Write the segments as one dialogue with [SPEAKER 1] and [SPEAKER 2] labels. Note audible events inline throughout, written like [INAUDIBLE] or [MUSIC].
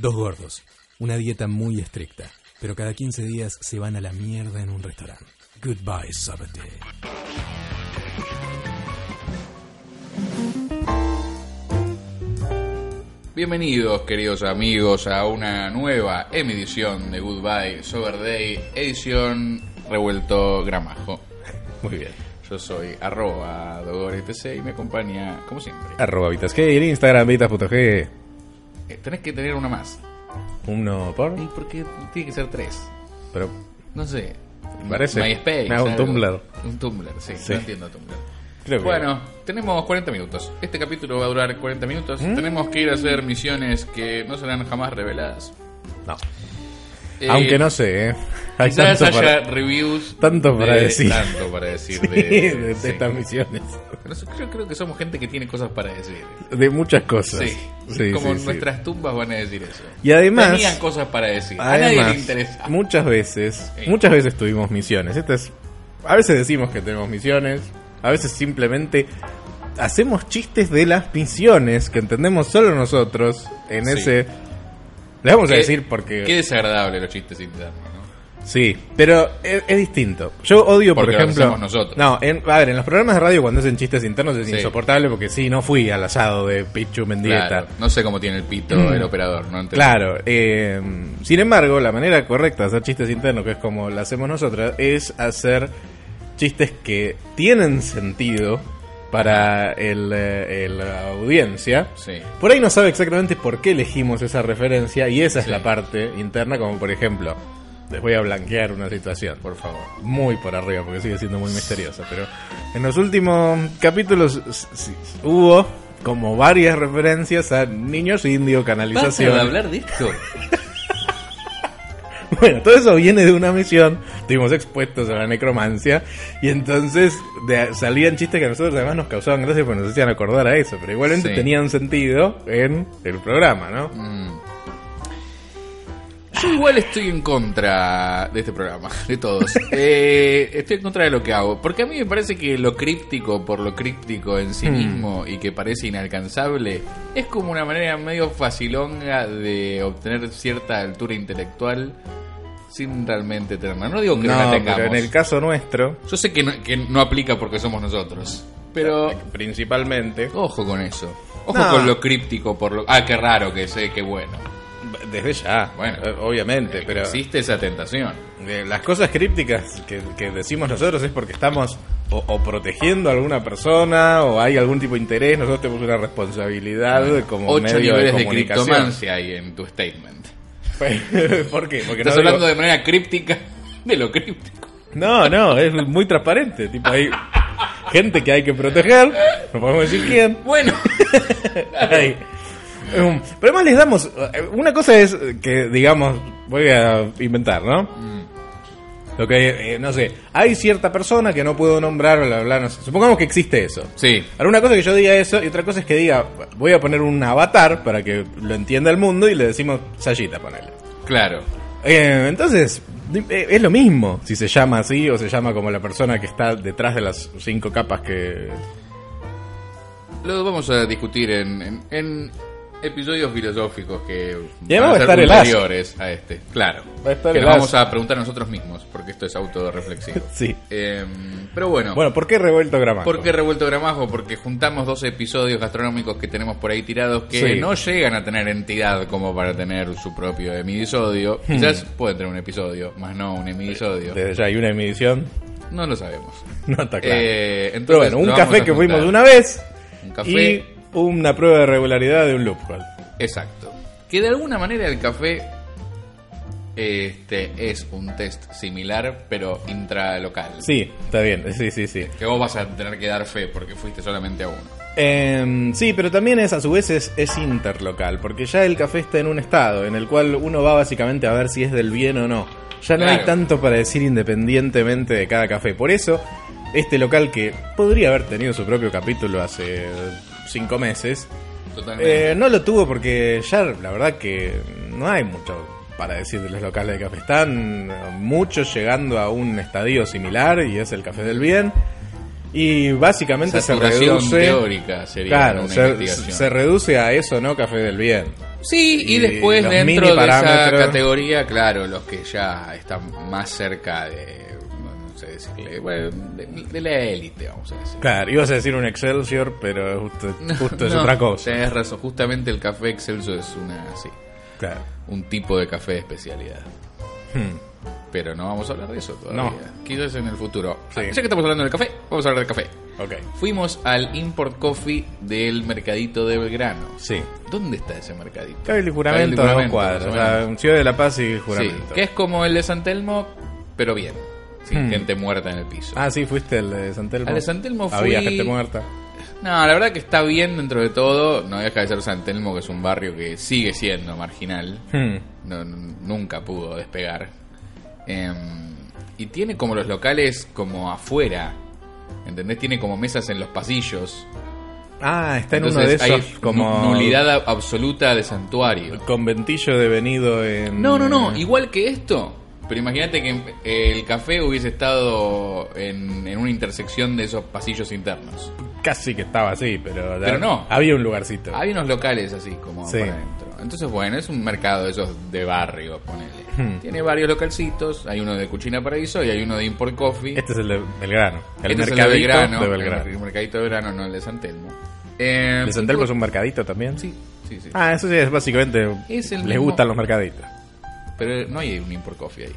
[SPEAKER 1] Dos gordos, una dieta muy estricta, pero cada 15 días se van a la mierda en un restaurante. Goodbye, Saturday.
[SPEAKER 2] Bienvenidos, queridos amigos, a una nueva edición de Goodbye Sober Day, edición revuelto gramajo.
[SPEAKER 3] Muy bien.
[SPEAKER 2] Yo soy arroba dogoretc y me acompaña, como siempre.
[SPEAKER 3] Arroba Vitas G y en Instagram Vitas.g.
[SPEAKER 2] Eh, Tenés que tener una más.
[SPEAKER 3] Uno por.
[SPEAKER 2] ¿Y por qué tiene que ser tres?
[SPEAKER 3] Pero
[SPEAKER 2] No sé.
[SPEAKER 3] Parece.
[SPEAKER 2] MySpace.
[SPEAKER 3] Me hago un
[SPEAKER 2] algo.
[SPEAKER 3] Tumblr.
[SPEAKER 2] Un Tumblr, sí.
[SPEAKER 3] Sí.
[SPEAKER 2] No entiendo Tumblr.
[SPEAKER 3] creo que.
[SPEAKER 2] Bueno, tenemos 40 minutos. Este capítulo va a durar 40 minutos.
[SPEAKER 3] ¿Eh?
[SPEAKER 2] Tenemos que ir a hacer misiones que no serán jamás reveladas.
[SPEAKER 3] No.
[SPEAKER 2] Eh,
[SPEAKER 3] Aunque no sé, ¿eh? Hay
[SPEAKER 2] Quizás
[SPEAKER 3] tanto
[SPEAKER 2] haya
[SPEAKER 3] para-
[SPEAKER 2] reviews.
[SPEAKER 3] tanto para
[SPEAKER 2] de-
[SPEAKER 3] decir.
[SPEAKER 2] Tanto
[SPEAKER 3] [LAUGHS]
[SPEAKER 2] para decir
[SPEAKER 3] Sí,
[SPEAKER 2] de,
[SPEAKER 3] de, este de
[SPEAKER 2] sí.
[SPEAKER 3] estas misiones.
[SPEAKER 2] Pero so- Yo creo que somos gente que tiene cosas para decir.
[SPEAKER 3] De muchas cosas.
[SPEAKER 2] Sí.
[SPEAKER 3] Sí,
[SPEAKER 2] Como
[SPEAKER 3] sí, sí.
[SPEAKER 2] nuestras tumbas van a decir eso.
[SPEAKER 3] Y además-
[SPEAKER 2] Tenían cosas para decir. a nadie le
[SPEAKER 3] Además,
[SPEAKER 2] interesa.
[SPEAKER 3] muchas veces,
[SPEAKER 2] Sí.
[SPEAKER 3] muchas veces tuvimos misiones. Esta es- a veces decimos que tenemos misiones, a veces simplemente hacemos chistes de las misiones que entendemos solo nosotros en
[SPEAKER 2] Sí.
[SPEAKER 3] ese... Le vamos a
[SPEAKER 2] Qué-
[SPEAKER 3] decir porque...
[SPEAKER 2] Qué desagradable los chistes internos, ¿no?
[SPEAKER 3] Sí, pero es, es distinto. Yo odio, por
[SPEAKER 2] Porque lo
[SPEAKER 3] ejemplo...
[SPEAKER 2] hacemos nosotros.
[SPEAKER 3] No, en, a ver, en los programas de radio cuando hacen chistes internos es
[SPEAKER 2] Sí.
[SPEAKER 3] insoportable porque sí, no fui al asado de Pichu Mendieta.
[SPEAKER 2] Claro. No sé cómo tiene el pito el operador, no entiendo.
[SPEAKER 3] Claro, eh, sin embargo, la manera correcta de hacer chistes internos, que es como lo hacemos nosotras, es hacer chistes que tienen sentido para el, eh, el- la audiencia.
[SPEAKER 2] Sí.
[SPEAKER 3] Por ahí no sabe exactamente por qué elegimos esa referencia y esa es
[SPEAKER 2] Sí.
[SPEAKER 3] la parte interna, como por ejemplo, les voy a blanquear una situación
[SPEAKER 2] Por favor.
[SPEAKER 3] muy por arriba porque sigue siendo muy misteriosa. Pero en los últimos capítulos s- s- hubo como varias referencias a niños indio,
[SPEAKER 2] ¿Vas a
[SPEAKER 3] canalización.
[SPEAKER 2] hablar de esto?
[SPEAKER 3] [LAUGHS] Bueno, todo eso viene de una misión. Estuvimos expuestos a la necromancia y entonces de- salían chistes que a nosotros además nos causaban gracia porque nos hacían acordar a eso. Pero igualmente
[SPEAKER 2] Sí.
[SPEAKER 3] tenían sentido en el programa, ¿no?
[SPEAKER 2] Mm. Yo igual estoy en contra de este programa, de
[SPEAKER 3] [LAUGHS]
[SPEAKER 2] todos. Eh, estoy en contra de lo que hago. Porque a mí me parece que lo críptico por lo críptico en
[SPEAKER 3] Hmm.
[SPEAKER 2] sí mismo y que parece inalcanzable es como una manera medio facilonga de obtener cierta altura intelectual sin realmente tenerla. No digo que no,
[SPEAKER 3] No,
[SPEAKER 2] la
[SPEAKER 3] pero
[SPEAKER 2] tengamos.
[SPEAKER 3] en el caso nuestro,
[SPEAKER 2] Yo sé que no, que no aplica porque somos nosotros. Pero
[SPEAKER 3] principalmente,
[SPEAKER 2] ojo con eso. Ojo
[SPEAKER 3] No.
[SPEAKER 2] con lo críptico por lo... Ah, qué raro que sé, qué bueno.
[SPEAKER 3] desde ya,
[SPEAKER 2] Bueno.
[SPEAKER 3] eh, obviamente,
[SPEAKER 2] Eh,
[SPEAKER 3] pero...
[SPEAKER 2] Existe esa tentación.
[SPEAKER 3] Eh, Las cosas crípticas que, que decimos nosotros es porque estamos o, o protegiendo a alguna persona o hay algún tipo de interés. Nosotros tenemos una responsabilidad como
[SPEAKER 2] Ocho
[SPEAKER 3] medio
[SPEAKER 2] niveles
[SPEAKER 3] de
[SPEAKER 2] de,
[SPEAKER 3] comunicación.
[SPEAKER 2] criptomancia hay en tu statement.
[SPEAKER 3] [LAUGHS] ¿Por qué? Porque no,
[SPEAKER 2] Estás
[SPEAKER 3] digo-
[SPEAKER 2] hablando de manera críptica [LAUGHS] de lo
[SPEAKER 3] [LAUGHS]
[SPEAKER 2] críptico.
[SPEAKER 3] no, no, es muy transparente. Tipo, hay gente que hay que proteger. No podemos decir quién.
[SPEAKER 2] Bueno,
[SPEAKER 3] Ay. Um, Pero además les damos. eh, Una cosa es eh, que, digamos, voy a inventar, ¿no? Lo que, eh, no sé, hay cierta persona que no puedo nombrar, bla, bla, bla, no sé. Supongamos que existe eso.
[SPEAKER 2] sí.
[SPEAKER 3] Ahora, una cosa es que yo diga eso y otra cosa es que diga, voy a poner un avatar para que lo entienda el mundo y le decimos Sayita, ponele.
[SPEAKER 2] Claro.
[SPEAKER 3] Eh, entonces, eh, es lo mismo si se llama así o se llama como la persona que está detrás de las cinco capas que... [LAUGHS]
[SPEAKER 2] Lo vamos a discutir en, en- en episodios filosóficos que
[SPEAKER 3] Y además va a
[SPEAKER 2] ser
[SPEAKER 3] estar el as.
[SPEAKER 2] ulteriores a este. Claro.
[SPEAKER 3] Va a estar
[SPEAKER 2] que
[SPEAKER 3] el
[SPEAKER 2] nos
[SPEAKER 3] as.
[SPEAKER 2] vamos a preguntar a nosotros mismos, porque esto es autorreflexivo.
[SPEAKER 3] [LAUGHS] Sí.
[SPEAKER 2] Em, pero bueno.
[SPEAKER 3] Bueno, ¿por qué revuelto gramajo?
[SPEAKER 2] ¿Por qué revuelto gramajo? Porque juntamos dos episodios gastronómicos que tenemos por ahí tirados que
[SPEAKER 3] Sí.
[SPEAKER 2] no llegan a tener entidad como para tener su propio emisodio.
[SPEAKER 3] Hmm.
[SPEAKER 2] Quizás pueden tener un episodio, más no un emisodio.
[SPEAKER 3] Desde ya hay una emisión.
[SPEAKER 2] No lo sabemos.
[SPEAKER 3] No está claro.
[SPEAKER 2] Eh,
[SPEAKER 3] Pero
[SPEAKER 2] entonces,
[SPEAKER 3] bueno,
[SPEAKER 2] lo
[SPEAKER 3] un
[SPEAKER 2] vamos
[SPEAKER 3] café
[SPEAKER 2] a
[SPEAKER 3] que
[SPEAKER 2] juntar.
[SPEAKER 3] fuimos una vez
[SPEAKER 2] Un café.
[SPEAKER 3] y una prueba de regularidad de un loophole.
[SPEAKER 2] Exacto. Que de alguna manera el café este, es un test similar, pero intralocal.
[SPEAKER 3] Sí, está bien, sí, sí, sí.
[SPEAKER 2] Que vos vas a tener que dar fe porque fuiste solamente a uno.
[SPEAKER 3] Em, sí, pero también es a su vez es, es interlocal, porque ya el café está en un estado en el cual uno va básicamente a ver si es del bien o no. Ya no
[SPEAKER 2] Claro.
[SPEAKER 3] hay tanto para decir independientemente de cada café. Por eso, este local que podría haber tenido su propio capítulo hace cinco meses,
[SPEAKER 2] Totalmente.
[SPEAKER 3] eh, no lo tuvo porque ya la verdad que no hay mucho para decir de los locales de café. Están muchos llegando a un estadio similar y es el café del bien. Y básicamente se
[SPEAKER 2] Saturación
[SPEAKER 3] reduce.
[SPEAKER 2] teórica sería
[SPEAKER 3] Claro,
[SPEAKER 2] una
[SPEAKER 3] se,
[SPEAKER 2] investigación.
[SPEAKER 3] se reduce a eso, ¿no? Café del bien.
[SPEAKER 2] Sí, y,
[SPEAKER 3] Y
[SPEAKER 2] después
[SPEAKER 3] los
[SPEAKER 2] dentro
[SPEAKER 3] mini
[SPEAKER 2] de esa
[SPEAKER 3] parámetros.
[SPEAKER 2] categoría, claro, los que ya están más cerca de, bueno, no sé decirle, bueno, de, de la élite, vamos a decir.
[SPEAKER 3] Claro, ibas a decir un Excelsior, pero [LAUGHS] justo, justo es
[SPEAKER 2] No,
[SPEAKER 3] otra cosa.
[SPEAKER 2] Tenés razón, justamente el café excelso es una, sí,
[SPEAKER 3] Claro.
[SPEAKER 2] un tipo de café de especialidad.
[SPEAKER 3] Hmm.
[SPEAKER 2] Pero no vamos a hablar de eso todavía.
[SPEAKER 3] No.
[SPEAKER 2] Quizás en el futuro.
[SPEAKER 3] Sí.
[SPEAKER 2] Ya que estamos hablando del café, vamos a hablar del café.
[SPEAKER 3] Ok.
[SPEAKER 2] Fuimos al Import Coffee del mercadito de Belgrano.
[SPEAKER 3] Sí.
[SPEAKER 2] ¿Dónde está ese mercadito?
[SPEAKER 3] Cabe el juramento,
[SPEAKER 2] Cabe el
[SPEAKER 3] a dos
[SPEAKER 2] juramento, más
[SPEAKER 3] cuadras.
[SPEAKER 2] o
[SPEAKER 3] o sea,
[SPEAKER 2] menos.
[SPEAKER 3] Ciudad de la Paz y el
[SPEAKER 2] Sí,
[SPEAKER 3] juramento.
[SPEAKER 2] que es como el de San Telmo, pero bien. Sin
[SPEAKER 3] Hmm.
[SPEAKER 2] gente muerta en el piso.
[SPEAKER 3] Ah, sí, fuiste al de San Telmo.
[SPEAKER 2] Al de San Telmo fui-
[SPEAKER 3] Había gente muerta.
[SPEAKER 2] No, la verdad que está bien dentro de todo. No deja de ser San Telmo, que es un barrio que sigue siendo marginal.
[SPEAKER 3] Hmm.
[SPEAKER 2] No- n- nunca pudo despegar. Em, y tiene como los locales como afuera. ¿Entendés? Tiene como mesas en los pasillos.
[SPEAKER 3] Ah, está en uno de
[SPEAKER 2] Entonces,
[SPEAKER 3] esos
[SPEAKER 2] hay
[SPEAKER 3] como
[SPEAKER 2] nu- nulidad a- absoluta de santuario.
[SPEAKER 3] conventillo devenido en
[SPEAKER 2] No, no,
[SPEAKER 3] Eh.
[SPEAKER 2] no, igual que esto. Pero imagínate que eh, el café hubiese estado en, en una intersección de esos pasillos internos.
[SPEAKER 3] casi que estaba así, pero,
[SPEAKER 2] Pero no.
[SPEAKER 3] Había un lugarcito.
[SPEAKER 2] Hay unos locales así como
[SPEAKER 3] Sí.
[SPEAKER 2] para adentro. Entonces, bueno, es un mercado de esos de barrio, ponele.
[SPEAKER 3] Hmm.
[SPEAKER 2] Tiene varios localcitos, hay uno de Cuchina Paraíso y hay uno de Import Coffee.
[SPEAKER 3] Este es el de Belgrano, el
[SPEAKER 2] Este es
[SPEAKER 3] mercadito
[SPEAKER 2] de Belgrano,
[SPEAKER 3] de
[SPEAKER 2] El,
[SPEAKER 3] Belgrano.
[SPEAKER 2] mercadito de Belgrano, no el de San Telmo. Eh,
[SPEAKER 3] ¿El de San Telmo es un mercadito también?
[SPEAKER 2] Sí, sí, sí.
[SPEAKER 3] Ah, eso sí es básicamente
[SPEAKER 2] Es el
[SPEAKER 3] les
[SPEAKER 2] mismo-
[SPEAKER 3] gustan los mercaditos.
[SPEAKER 2] Pero no hay un Import Coffee ahí.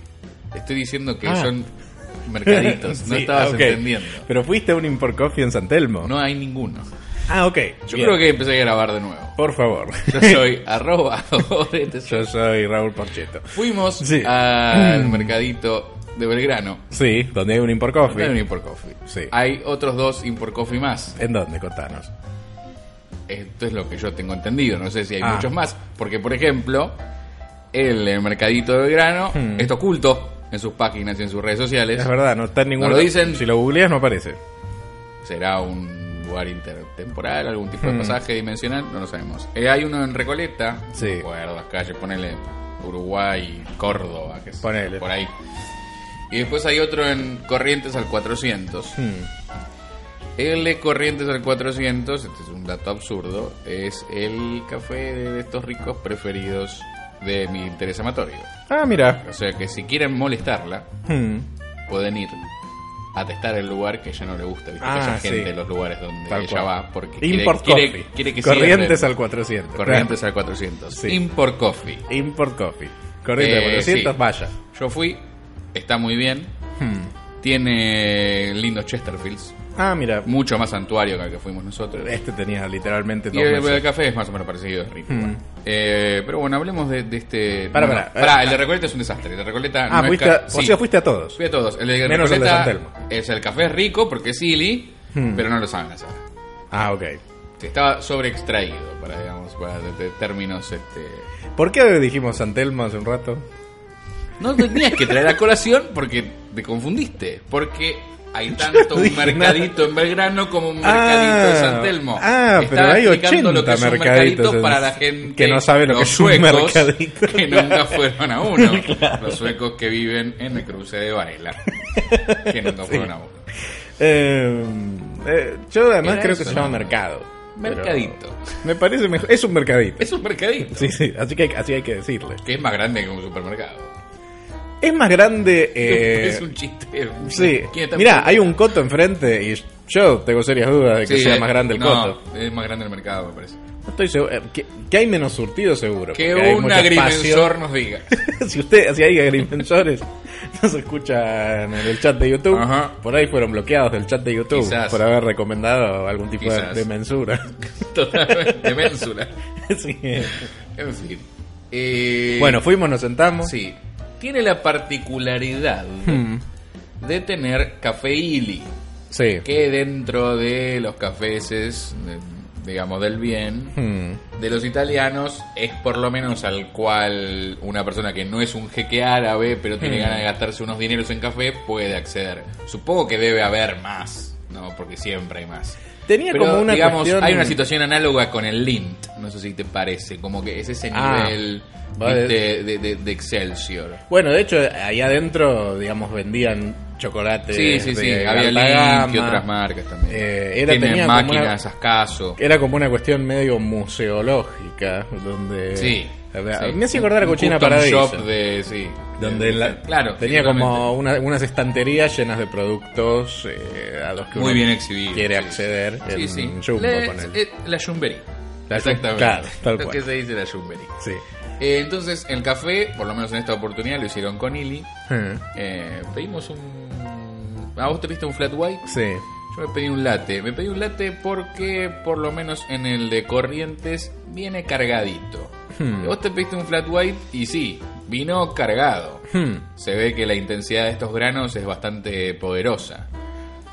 [SPEAKER 2] Estoy diciendo que
[SPEAKER 3] Ah.
[SPEAKER 2] son mercaditos, no
[SPEAKER 3] [LAUGHS] Sí,
[SPEAKER 2] estabas
[SPEAKER 3] ok.
[SPEAKER 2] entendiendo.
[SPEAKER 3] Pero fuiste a un import coffee en San Telmo.
[SPEAKER 2] No hay ninguno.
[SPEAKER 3] Ah, ok.
[SPEAKER 2] Yo
[SPEAKER 3] bien.
[SPEAKER 2] creo que empecé a grabar de nuevo.
[SPEAKER 3] por favor. [LAUGHS]
[SPEAKER 2] Yo soy arroba [LAUGHS] jodete.
[SPEAKER 3] Yo soy Raúl Porcheto.
[SPEAKER 2] Fuimos
[SPEAKER 3] Sí.
[SPEAKER 2] al mercadito de Belgrano.
[SPEAKER 3] Sí, donde hay un import
[SPEAKER 2] No
[SPEAKER 3] coffee.
[SPEAKER 2] hay un Import Coffee.
[SPEAKER 3] Sí.
[SPEAKER 2] Hay otros dos Import Coffee más.
[SPEAKER 3] ¿En dónde? Contanos.
[SPEAKER 2] Esto es lo que yo tengo entendido. No sé si hay
[SPEAKER 3] Ah.
[SPEAKER 2] muchos más. Porque, por ejemplo, el eh, mercadito de Belgrano
[SPEAKER 3] Hmm.
[SPEAKER 2] está oculto en sus páginas y en sus redes sociales.
[SPEAKER 3] Es verdad, no está en ningún
[SPEAKER 2] No lo dicen.
[SPEAKER 3] Si lo googleas no aparece.
[SPEAKER 2] será un lugar intertemporal, algún tipo de
[SPEAKER 3] Hmm.
[SPEAKER 2] pasaje dimensional, no lo sabemos. Eh, hay uno en Recoleta,
[SPEAKER 3] Sí.
[SPEAKER 2] no me acuerdo las calles, ponele Uruguay, Córdoba, que es
[SPEAKER 3] Ponele.
[SPEAKER 2] por ahí. Y después hay otro en Corrientes al 400.
[SPEAKER 3] Hmm.
[SPEAKER 2] El de Corrientes al 400, este es un dato absurdo, es el café de estos ricos preferidos de mi interés amatorio.
[SPEAKER 3] Ah, mira.
[SPEAKER 2] O sea que si quieren molestarla,
[SPEAKER 3] Hmm.
[SPEAKER 2] pueden ir a testar el lugar que ya no le gusta, viste
[SPEAKER 3] Ah,
[SPEAKER 2] que haya
[SPEAKER 3] sí.
[SPEAKER 2] gente en los lugares donde
[SPEAKER 3] Tal
[SPEAKER 2] ella
[SPEAKER 3] cual.
[SPEAKER 2] va porque
[SPEAKER 3] Import
[SPEAKER 2] quiere,
[SPEAKER 3] Coffee.
[SPEAKER 2] quiere, quiere que
[SPEAKER 3] Corrientes
[SPEAKER 2] cierren.
[SPEAKER 3] al 400.
[SPEAKER 2] Corrientes al 400.
[SPEAKER 3] Sí.
[SPEAKER 2] Import Coffee.
[SPEAKER 3] Claro. Import Coffee. Corrientes al
[SPEAKER 2] Eh,
[SPEAKER 3] 400,
[SPEAKER 2] sí.
[SPEAKER 3] vaya.
[SPEAKER 2] Yo fui, está muy bien,
[SPEAKER 3] Hmm.
[SPEAKER 2] tiene lindos Chesterfields,
[SPEAKER 3] Ah, mira.
[SPEAKER 2] mucho más santuario que el que fuimos nosotros.
[SPEAKER 3] Este tenía literalmente
[SPEAKER 2] Y eh,
[SPEAKER 3] dos
[SPEAKER 2] el,
[SPEAKER 3] meses.
[SPEAKER 2] el café es más o menos parecido, es rico.
[SPEAKER 3] Hmm.
[SPEAKER 2] bueno. Eh, pero bueno, hablemos de, de este.
[SPEAKER 3] Pará,
[SPEAKER 2] no, no,
[SPEAKER 3] pará.
[SPEAKER 2] pará, el de Recoleta es un desastre. El de Recoleta
[SPEAKER 3] Ah,
[SPEAKER 2] no es
[SPEAKER 3] fuiste
[SPEAKER 2] ca-
[SPEAKER 3] a- o
[SPEAKER 2] sí.
[SPEAKER 3] sea, fuiste a todos.
[SPEAKER 2] Fui a todos. El de
[SPEAKER 3] Menos el de
[SPEAKER 2] Recoleta
[SPEAKER 3] San Telmo.
[SPEAKER 2] es el café es rico porque es silly,
[SPEAKER 3] Hmm.
[SPEAKER 2] pero no lo saben hacer.
[SPEAKER 3] Ah, ok.
[SPEAKER 2] Estaba sobreextraído para, digamos, para de- de términos, este...
[SPEAKER 3] ¿Por qué dijimos San Telmo hace un rato?
[SPEAKER 2] No tenías que traer a colación porque te confundiste, porque
[SPEAKER 3] [LAUGHS]
[SPEAKER 2] hay tanto un
[SPEAKER 3] dije
[SPEAKER 2] mercadito en Belgrano como un
[SPEAKER 3] Ah,
[SPEAKER 2] mercadito en San Telmo.
[SPEAKER 3] ah,
[SPEAKER 2] Estaba
[SPEAKER 3] pero hay
[SPEAKER 2] explicando lo que
[SPEAKER 3] 80
[SPEAKER 2] es un
[SPEAKER 3] mercaditos
[SPEAKER 2] mercadito
[SPEAKER 3] en-
[SPEAKER 2] para la gente
[SPEAKER 3] que no sabe lo que
[SPEAKER 2] los
[SPEAKER 3] es un
[SPEAKER 2] suecos
[SPEAKER 3] mercadito,
[SPEAKER 2] que nunca fueron a
[SPEAKER 3] [LAUGHS]
[SPEAKER 2] uno, los suecos que viven en el cruce de Varela, que
[SPEAKER 3] [LAUGHS]
[SPEAKER 2] nunca fueron a uno.
[SPEAKER 3] Eh, eh, yo además
[SPEAKER 2] Era
[SPEAKER 3] creo
[SPEAKER 2] eso,
[SPEAKER 3] que se
[SPEAKER 2] ¿no?
[SPEAKER 3] llama mercado. pero
[SPEAKER 2] Mercadito.
[SPEAKER 3] Me parece mejor. Es un mercadito.
[SPEAKER 2] Es un mercadito
[SPEAKER 3] Sí, sí, así que, hay- así hay que decirle.
[SPEAKER 2] que es más grande que un supermercado.
[SPEAKER 3] Es más grande.
[SPEAKER 2] [LAUGHS]
[SPEAKER 3] eh,
[SPEAKER 2] es un chiste.
[SPEAKER 3] Sí.
[SPEAKER 2] ¿Quién está
[SPEAKER 3] Mira,
[SPEAKER 2] enfrente?
[SPEAKER 3] hay un coto enfrente y yo tengo serias dudas de que
[SPEAKER 2] Sí,
[SPEAKER 3] sea
[SPEAKER 2] eh,
[SPEAKER 3] más grande el
[SPEAKER 2] no,
[SPEAKER 3] coto.
[SPEAKER 2] Es más grande el mercado, me parece.
[SPEAKER 3] No estoy seguro. eh, Que, que hay menos surtido seguro.
[SPEAKER 2] Que
[SPEAKER 3] porque hay
[SPEAKER 2] un
[SPEAKER 3] mucho
[SPEAKER 2] agrimensor nos diga. [LAUGHS]
[SPEAKER 3] espacio. [LAUGHS] si usted, si hay agrimensores, [LAUGHS] nos escuchan en el chat de YouTube.
[SPEAKER 2] Ajá.
[SPEAKER 3] Por ahí fueron bloqueados del chat de YouTube
[SPEAKER 2] Quizás.
[SPEAKER 3] por haber recomendado algún tipo de,
[SPEAKER 2] Quizás.
[SPEAKER 3] de mensura. [LAUGHS]
[SPEAKER 2] Totalmente mensura.
[SPEAKER 3] Sí.
[SPEAKER 2] En fin. Eh,
[SPEAKER 3] Bueno, fuimos, nos sentamos.
[SPEAKER 2] sí. Tiene la particularidad
[SPEAKER 3] Hmm.
[SPEAKER 2] de tener café Ili.
[SPEAKER 3] Sí.
[SPEAKER 2] que dentro de los cafés, es, de- digamos, del bien,
[SPEAKER 3] Hmm.
[SPEAKER 2] de los italianos es por lo menos al cual una persona que no es un jeque árabe, pero tiene
[SPEAKER 3] Hmm.
[SPEAKER 2] ganas de gastarse unos dineros en café, puede acceder. Supongo que debe haber más, ¿no? Porque siempre hay más.
[SPEAKER 3] Tenía
[SPEAKER 2] Pero,
[SPEAKER 3] como una
[SPEAKER 2] digamos,
[SPEAKER 3] cuestión-
[SPEAKER 2] hay una situación análoga con el Lint, no sé si te parece, como que es ese
[SPEAKER 3] Ah,
[SPEAKER 2] nivel
[SPEAKER 3] vale.
[SPEAKER 2] viste, de, de- de Excelsior.
[SPEAKER 3] Bueno, de hecho, allá adentro, digamos, vendían chocolate.
[SPEAKER 2] Sí, sí, sí, había Lint y otras marcas también.
[SPEAKER 3] Eh, era-
[SPEAKER 2] Tienen
[SPEAKER 3] tenía como
[SPEAKER 2] máquinas,
[SPEAKER 3] una-
[SPEAKER 2] ascaso.
[SPEAKER 3] Era como una cuestión medio museológica, donde...
[SPEAKER 2] Sí,
[SPEAKER 3] Había-
[SPEAKER 2] sí.
[SPEAKER 3] Me hacía acordar Eh, a
[SPEAKER 2] Un
[SPEAKER 3] Cochina
[SPEAKER 2] custom
[SPEAKER 3] Paradiso.
[SPEAKER 2] shop de, sí.
[SPEAKER 3] Donde
[SPEAKER 2] De-
[SPEAKER 3] la-
[SPEAKER 2] claro,
[SPEAKER 3] tenía
[SPEAKER 2] sí,
[SPEAKER 3] como
[SPEAKER 2] totalmente.
[SPEAKER 3] una- unas estanterías llenas de productos eh, a los que
[SPEAKER 2] muy
[SPEAKER 3] uno
[SPEAKER 2] bien exhibido.
[SPEAKER 3] quiere
[SPEAKER 2] sí, sí.
[SPEAKER 3] acceder
[SPEAKER 2] Sí,
[SPEAKER 3] en
[SPEAKER 2] sí.
[SPEAKER 3] Jumbo,
[SPEAKER 2] Le-
[SPEAKER 3] ponele.
[SPEAKER 2] eh, la Jumberi.
[SPEAKER 3] La
[SPEAKER 2] Exactamente.
[SPEAKER 3] Jum- claro, tal
[SPEAKER 2] Lo
[SPEAKER 3] cual.
[SPEAKER 2] que se dice la Jumberi.
[SPEAKER 3] Sí.
[SPEAKER 2] Eh, entonces, el café, por lo menos en esta oportunidad, lo hicieron con Ili.
[SPEAKER 3] Hmm.
[SPEAKER 2] Eh, pedimos un... ¿A vos te viste un flat white?
[SPEAKER 3] Sí.
[SPEAKER 2] Yo me pedí un latte. Me pedí un latte porque, por lo menos en el de Corrientes, viene cargadito.
[SPEAKER 3] Hmm.
[SPEAKER 2] Vos te pediste un flat white y sí, vino cargado.
[SPEAKER 3] Hmm.
[SPEAKER 2] Se ve que la intensidad de estos granos es bastante poderosa.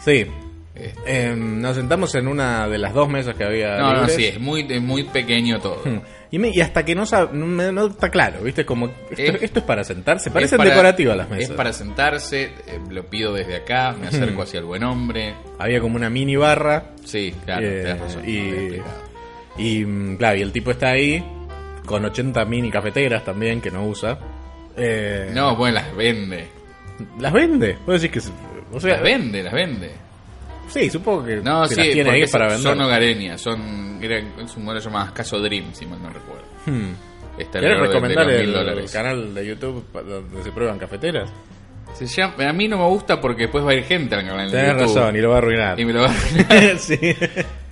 [SPEAKER 3] Sí.
[SPEAKER 2] Este,
[SPEAKER 3] Eh, nos sentamos en una de las dos mesas que había.
[SPEAKER 2] no, no,
[SPEAKER 3] libres.
[SPEAKER 2] sí, es muy, es muy pequeño todo.
[SPEAKER 3] Hmm. Y, me- y hasta que no, sab- no, me- no está claro, ¿viste? Como esto
[SPEAKER 2] Es-
[SPEAKER 3] esto es para sentarse.
[SPEAKER 2] Es
[SPEAKER 3] Parecen
[SPEAKER 2] para-
[SPEAKER 3] decorativas las mesas.
[SPEAKER 2] Es para sentarse, eh, lo pido desde acá,
[SPEAKER 3] [LAUGHS]
[SPEAKER 2] me acerco hacia el buen hombre.
[SPEAKER 3] Había como una mini barra.
[SPEAKER 2] Sí, claro,
[SPEAKER 3] Eh,
[SPEAKER 2] tenés razón. no
[SPEAKER 3] y-
[SPEAKER 2] lo había explicado.
[SPEAKER 3] Y mm, claro, y el tipo está ahí con 80 mini cafeteras también que no usa. Eh,
[SPEAKER 2] No, bueno, las vende.
[SPEAKER 3] ¿Las vende? Vos decís que. se- O sea,
[SPEAKER 2] Las vende, las vende.
[SPEAKER 3] Sí, supongo que
[SPEAKER 2] No,
[SPEAKER 3] se
[SPEAKER 2] sí,
[SPEAKER 3] las tiene
[SPEAKER 2] porque
[SPEAKER 3] ahí para
[SPEAKER 2] son-
[SPEAKER 3] vender.
[SPEAKER 2] son hogareñas, son, era, es un modelo llamado Caso Dream, si mal no recuerdo.
[SPEAKER 3] Hmm.
[SPEAKER 2] Está alrededor
[SPEAKER 3] ¿Querés
[SPEAKER 2] de- de
[SPEAKER 3] recomendar
[SPEAKER 2] los
[SPEAKER 3] el,
[SPEAKER 2] mil dólares.
[SPEAKER 3] canal de YouTube pa- donde se prueban cafeteras?
[SPEAKER 2] Se llama- a mí no me gusta porque después va a ir gente al canal de
[SPEAKER 3] Tenés
[SPEAKER 2] YouTube.
[SPEAKER 3] razón, y lo va a arruinar.
[SPEAKER 2] Y me lo va a- [LAUGHS]
[SPEAKER 3] [LAUGHS] Sí.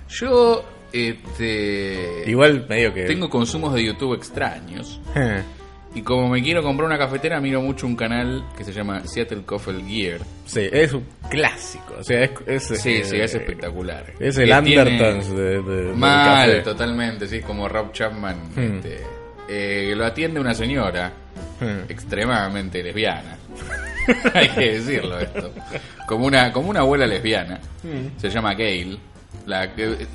[SPEAKER 2] Yo este,
[SPEAKER 3] Igual medio que.
[SPEAKER 2] tengo consumos de YouTube extraños.
[SPEAKER 3] Eh, [LAUGHS]
[SPEAKER 2] Y como me quiero comprar una cafetera, miro mucho un canal que se llama Seattle Coffee Gear.
[SPEAKER 3] Sí, es un clásico. O sea, es. es
[SPEAKER 2] Sí,
[SPEAKER 3] eh,
[SPEAKER 2] sí, es espectacular.
[SPEAKER 3] Es el
[SPEAKER 2] Que
[SPEAKER 3] Andertons
[SPEAKER 2] tiene-
[SPEAKER 3] de, de- del
[SPEAKER 2] Mal,
[SPEAKER 3] café.
[SPEAKER 2] totalmente, sí, como Rob Chapman.
[SPEAKER 3] Hmm.
[SPEAKER 2] este, eh, lo atiende una señora
[SPEAKER 3] Hmm.
[SPEAKER 2] extremadamente lesbiana. [LAUGHS] Hay que decirlo esto. Como una, como una abuela lesbiana. Se llama Gail. La que- eh,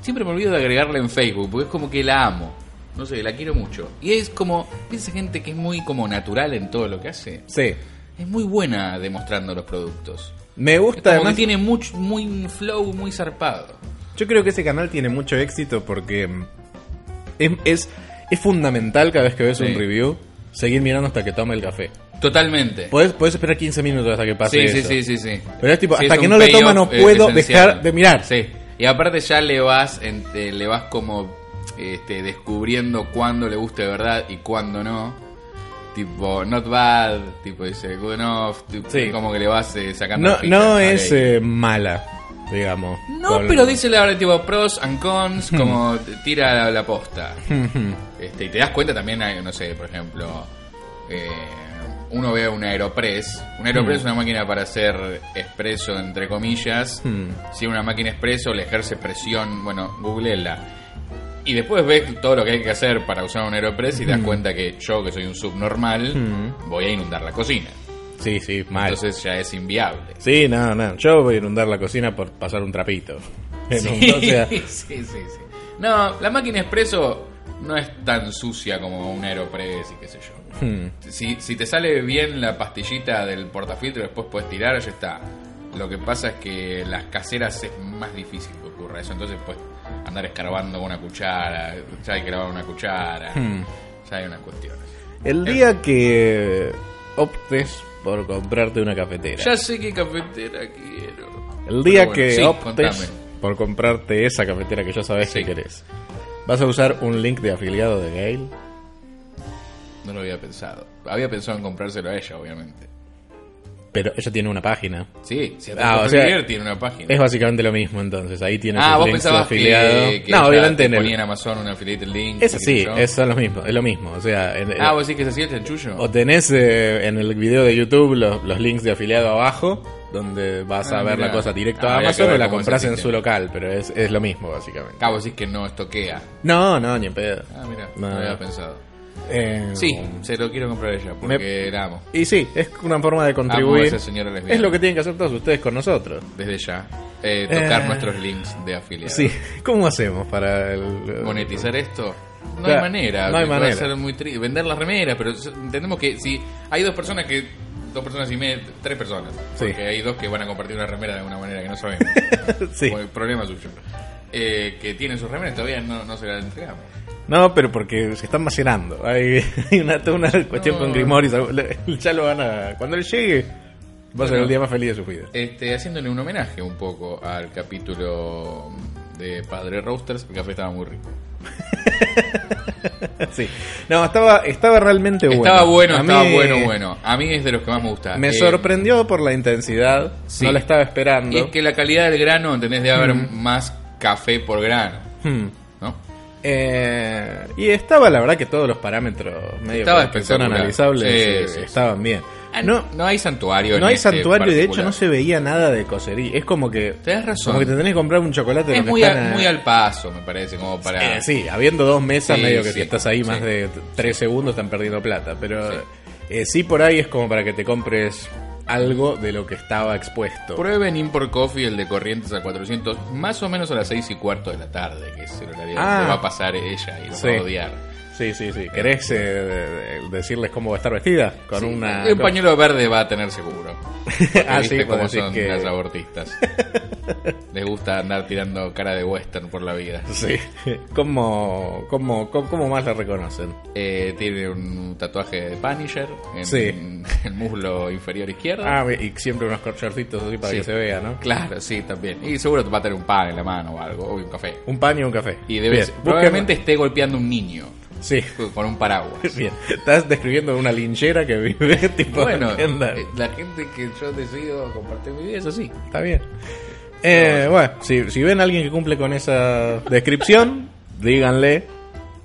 [SPEAKER 2] siempre me olvido de agregarla en Facebook, porque es como que la amo. No sé, la quiero mucho. Y es como, esa gente que es muy como natural en todo lo que hace.
[SPEAKER 3] Sí.
[SPEAKER 2] Es muy buena demostrando los productos.
[SPEAKER 3] Me
[SPEAKER 2] Es
[SPEAKER 3] gusta
[SPEAKER 2] como
[SPEAKER 3] además.
[SPEAKER 2] que tiene mucho, muy un flow, muy zarpado.
[SPEAKER 3] Yo creo que ese canal tiene mucho éxito porque mm, es, es, es fundamental cada vez que ves
[SPEAKER 2] Sí.
[SPEAKER 3] un review seguir mirando hasta que tome el café.
[SPEAKER 2] Totalmente.
[SPEAKER 3] Podés, podés esperar 15 minutos hasta que pase
[SPEAKER 2] Sí,
[SPEAKER 3] eso.
[SPEAKER 2] sí, sí, sí, sí.
[SPEAKER 3] Pero es tipo,
[SPEAKER 2] Sí,
[SPEAKER 3] hasta que
[SPEAKER 2] un
[SPEAKER 3] no lo toma
[SPEAKER 2] payoff,
[SPEAKER 3] no
[SPEAKER 2] eh,
[SPEAKER 3] puedo
[SPEAKER 2] esencial.
[SPEAKER 3] dejar de mirar.
[SPEAKER 2] Sí. Y aparte ya le vas en- eh, le vas como este, descubriendo cuándo le gusta de verdad y cuándo no. Tipo, not bad, tipo dice good enough, tipo,
[SPEAKER 3] Sí.
[SPEAKER 2] como que le vas eh, sacando
[SPEAKER 3] No,
[SPEAKER 2] fichas
[SPEAKER 3] no
[SPEAKER 2] a
[SPEAKER 3] es
[SPEAKER 2] Gay.
[SPEAKER 3] eh, mala, digamos.
[SPEAKER 2] No,
[SPEAKER 3] con-
[SPEAKER 2] pero dice la verdad, tipo pros and cons,
[SPEAKER 3] Hmm.
[SPEAKER 2] como t- tira la, la posta. Este, y te das cuenta también, hay, no sé, por ejemplo, eh, uno ve un Aeropress. Un Aeropress es una máquina para hacer expreso, entre comillas.
[SPEAKER 3] Hmm.
[SPEAKER 2] Si una máquina expreso le ejerce presión, bueno, googleenla. Y después ves todo lo que hay que hacer para usar un Aeropress y te das cuenta que yo, que soy un subnormal, voy a inundar la cocina.
[SPEAKER 3] Sí, sí, mal.
[SPEAKER 2] Entonces ya es inviable.
[SPEAKER 3] Sí, no, no. Yo voy a inundar la cocina por pasar un trapito. [LAUGHS] O sea,
[SPEAKER 2] [LAUGHS] sí, sí, sí. No, la máquina expreso no es tan sucia como un Aeropress y qué sé yo.
[SPEAKER 3] hmm,
[SPEAKER 2] Si, si te sale bien la pastillita del portafiltro, después puedes tirar, ya está. Lo que pasa es que las caseras es más difícil que ocurra eso. Entonces, pues, andar escarbando con una cuchara, ya hay que lavar una cuchara,
[SPEAKER 3] hmm.
[SPEAKER 2] ya hay unas cuestiones.
[SPEAKER 3] El
[SPEAKER 2] Eh.
[SPEAKER 3] día que optes por comprarte una cafetera.
[SPEAKER 2] Ya sé qué cafetera quiero.
[SPEAKER 3] El día
[SPEAKER 2] Pero bueno,
[SPEAKER 3] que
[SPEAKER 2] sí,
[SPEAKER 3] optes
[SPEAKER 2] contame.
[SPEAKER 3] por comprarte esa cafetera que ya sabes
[SPEAKER 2] Sí.
[SPEAKER 3] que querés, ¿vas a usar un link de afiliado de Gale?
[SPEAKER 2] No lo había pensado. Había pensado en comprárselo a ella, obviamente.
[SPEAKER 3] Pero ella tiene una página.
[SPEAKER 2] Sí, si
[SPEAKER 3] Ah, o
[SPEAKER 2] a
[SPEAKER 3] sea,
[SPEAKER 2] tiene una página.
[SPEAKER 3] Es básicamente lo mismo, entonces. Ahí tienes
[SPEAKER 2] Ah,
[SPEAKER 3] sus
[SPEAKER 2] vos
[SPEAKER 3] links de
[SPEAKER 2] pensabas
[SPEAKER 3] afiliado.
[SPEAKER 2] que, que
[SPEAKER 3] no,
[SPEAKER 2] ya
[SPEAKER 3] obviamente
[SPEAKER 2] te
[SPEAKER 3] en
[SPEAKER 2] ponía en
[SPEAKER 3] el.
[SPEAKER 2] Amazon un affiliate link.
[SPEAKER 3] Es
[SPEAKER 2] y qué sé
[SPEAKER 3] así,
[SPEAKER 2] yo.
[SPEAKER 3] es lo mismo, es lo mismo. O sea, en,
[SPEAKER 2] Ah, vos decís que es así el chanchullo.
[SPEAKER 3] o tenés eh, en el video de YouTube los, los links de afiliado abajo, donde vas
[SPEAKER 2] Ah,
[SPEAKER 3] a ver
[SPEAKER 2] mirá.
[SPEAKER 3] la cosa directo
[SPEAKER 2] Ah,
[SPEAKER 3] a
[SPEAKER 2] habría que
[SPEAKER 3] Amazon
[SPEAKER 2] ver
[SPEAKER 3] o la
[SPEAKER 2] cómo es el
[SPEAKER 3] compras en su
[SPEAKER 2] sistema.
[SPEAKER 3] local, pero es, es lo mismo, básicamente.
[SPEAKER 2] Ah, vos decís que no estoquea.
[SPEAKER 3] No, no, ni en pedo.
[SPEAKER 2] Ah, mira, no,
[SPEAKER 3] No.
[SPEAKER 2] lo había pensado.
[SPEAKER 3] Eh,
[SPEAKER 2] Sí, se lo quiero comprar ella porque la amo.
[SPEAKER 3] Y sí, es una forma de
[SPEAKER 2] Amo a
[SPEAKER 3] contribuir.
[SPEAKER 2] esa señora lesbiana.
[SPEAKER 3] Es lo que tienen que hacer todos ustedes con nosotros.
[SPEAKER 2] Desde ya. Eh, tocar
[SPEAKER 3] Eh.
[SPEAKER 2] nuestros links de afiliados.
[SPEAKER 3] Sí, ¿cómo hacemos para el-
[SPEAKER 2] monetizar esto? No hay
[SPEAKER 3] Claro,
[SPEAKER 2] manera.
[SPEAKER 3] no hay
[SPEAKER 2] va a
[SPEAKER 3] manera.
[SPEAKER 2] ser muy tri- Vender las remeras, pero s- entendemos que si hay dos personas que. Dos personas y media. Tres personas.
[SPEAKER 3] Sí.
[SPEAKER 2] Porque hay dos que van a compartir una remera de alguna manera que no
[SPEAKER 3] [LAUGHS]
[SPEAKER 2] sabemos.
[SPEAKER 3] Sí.
[SPEAKER 2] Fue Problema suyo. Eh, que tienen sus remeras, todavía no, no se las entregamos.
[SPEAKER 3] No, pero porque se están macerando. Hay, hay una, toda una cuestión
[SPEAKER 2] No.
[SPEAKER 3] con Grimoris. Ya lo van a. Cuando él llegue, va a ser
[SPEAKER 2] Bueno.
[SPEAKER 3] el día más feliz de su vida.
[SPEAKER 2] Este, haciéndole un homenaje un poco al capítulo de Padre Roasters, el café estaba muy rico.
[SPEAKER 3] Sí. No, estaba, estaba realmente bueno.
[SPEAKER 2] Estaba bueno,
[SPEAKER 3] A
[SPEAKER 2] estaba
[SPEAKER 3] mí
[SPEAKER 2] bueno, bueno. A mí es de los que más me gusta.
[SPEAKER 3] Me
[SPEAKER 2] Eh,
[SPEAKER 3] sorprendió por la intensidad.
[SPEAKER 2] sí.
[SPEAKER 3] No la estaba
[SPEAKER 2] Y
[SPEAKER 3] esperando.
[SPEAKER 2] es que la calidad del grano, entendés, de haber más café por grano,
[SPEAKER 3] Hmm.
[SPEAKER 2] ¿no?
[SPEAKER 3] Eh, y estaba, la verdad, que todos los parámetros medio
[SPEAKER 2] Estaba
[SPEAKER 3] que son
[SPEAKER 2] espectacular.
[SPEAKER 3] analizables eh,
[SPEAKER 2] Sí, sí, sí.
[SPEAKER 3] estaban bien. No,
[SPEAKER 2] No, Ah, no hay santuario.
[SPEAKER 3] no
[SPEAKER 2] en
[SPEAKER 3] hay
[SPEAKER 2] este
[SPEAKER 3] santuario y de hecho no
[SPEAKER 2] particular.
[SPEAKER 3] se veía nada de cosería. Es como que.
[SPEAKER 2] Tenés razón.
[SPEAKER 3] Como que te tenés que comprar un chocolate de
[SPEAKER 2] Es
[SPEAKER 3] los que
[SPEAKER 2] muy, a-
[SPEAKER 3] están a-
[SPEAKER 2] muy al paso, me parece, como para...
[SPEAKER 3] Eh, sí, habiendo dos mesas,
[SPEAKER 2] Sí,
[SPEAKER 3] medio que
[SPEAKER 2] sí,
[SPEAKER 3] si estás ahí más
[SPEAKER 2] sí.
[SPEAKER 3] de t- tres segundos están perdiendo plata. Pero
[SPEAKER 2] Sí.
[SPEAKER 3] eh, sí. por ahí es como para que te compres algo de lo que estaba expuesto.
[SPEAKER 2] Prueben Import Coffee, el de Corrientes a 400, más o menos a las 6 y cuarto de la tarde, que es el horario
[SPEAKER 3] Ah.
[SPEAKER 2] donde va a pasar ella y lo
[SPEAKER 3] Sí.
[SPEAKER 2] va a odiar.
[SPEAKER 3] Sí, sí, sí. ¿Querés eh, de- de- decirles cómo va a estar vestida? Con
[SPEAKER 2] Sí,
[SPEAKER 3] una.
[SPEAKER 2] Un pañuelo verde va a tener seguro. Porque
[SPEAKER 3] [LAUGHS] Ah,
[SPEAKER 2] viste
[SPEAKER 3] sí,
[SPEAKER 2] cómo
[SPEAKER 3] pues decís
[SPEAKER 2] son
[SPEAKER 3] que-
[SPEAKER 2] las
[SPEAKER 3] [LAUGHS]
[SPEAKER 2] abortistas. Les gusta andar tirando cara de western por la vida. [LAUGHS]
[SPEAKER 3] Sí. ¿Cómo, cómo, cómo, cómo más la reconocen?
[SPEAKER 2] Eh, tiene un tatuaje de Punisher en
[SPEAKER 3] Sí.
[SPEAKER 2] [LAUGHS] el muslo inferior izquierdo.
[SPEAKER 3] Ah, y siempre unos corchorcitos así para
[SPEAKER 2] Sí.
[SPEAKER 3] que se vea, ¿no?
[SPEAKER 2] Claro, sí, también. Y seguro va a tener un pan en la mano o algo, o un café.
[SPEAKER 3] Un pan y un café.
[SPEAKER 2] Y debe
[SPEAKER 3] Bien,
[SPEAKER 2] ser-
[SPEAKER 3] busquen-
[SPEAKER 2] probablemente esté golpeando a un niño
[SPEAKER 3] Sí. [LAUGHS]
[SPEAKER 2] con un paraguas.
[SPEAKER 3] Bien. Estás describiendo una linchera que vive [LAUGHS]
[SPEAKER 2] [LAUGHS]
[SPEAKER 3] tipo.
[SPEAKER 2] Bueno,
[SPEAKER 3] tienda.
[SPEAKER 2] eh, la gente que yo decido compartir mi vida es así.
[SPEAKER 3] Está bien. Eh, bueno, si, si ven a alguien que cumple con esa descripción, [LAUGHS] díganle.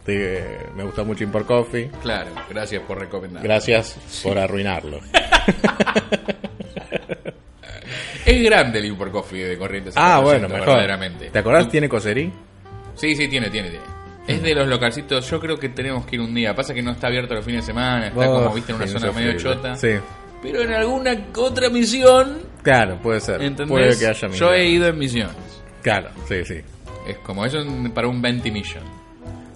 [SPEAKER 3] de- me gusta mucho Import Coffee.
[SPEAKER 2] Claro, gracias por recomendar.
[SPEAKER 3] Gracias por arruinarlo.
[SPEAKER 2] Es grande el Import Coffee de Corrientes.
[SPEAKER 3] ah,
[SPEAKER 2] 400,
[SPEAKER 3] bueno, mejor.
[SPEAKER 2] verdaderamente.
[SPEAKER 3] ¿Te acordás? ¿Tiene coserí?
[SPEAKER 2] Sí, sí, tiene, tiene, tiene. Es de los localcitos, yo creo que tenemos que ir un día. Pasa que no está abierto los fines de semana, está como,
[SPEAKER 3] Oh,
[SPEAKER 2] viste, en una
[SPEAKER 3] sí,
[SPEAKER 2] zona medio
[SPEAKER 3] insufrible.
[SPEAKER 2] chota.
[SPEAKER 3] Sí.
[SPEAKER 2] Pero en alguna otra misión,
[SPEAKER 3] Claro, puede ser.
[SPEAKER 2] ¿entendés?
[SPEAKER 3] Puede que haya
[SPEAKER 2] yo he
[SPEAKER 3] migrado.
[SPEAKER 2] ido en misiones.
[SPEAKER 3] Claro, sí, sí.
[SPEAKER 2] Es como eso en- para un 20 Mission.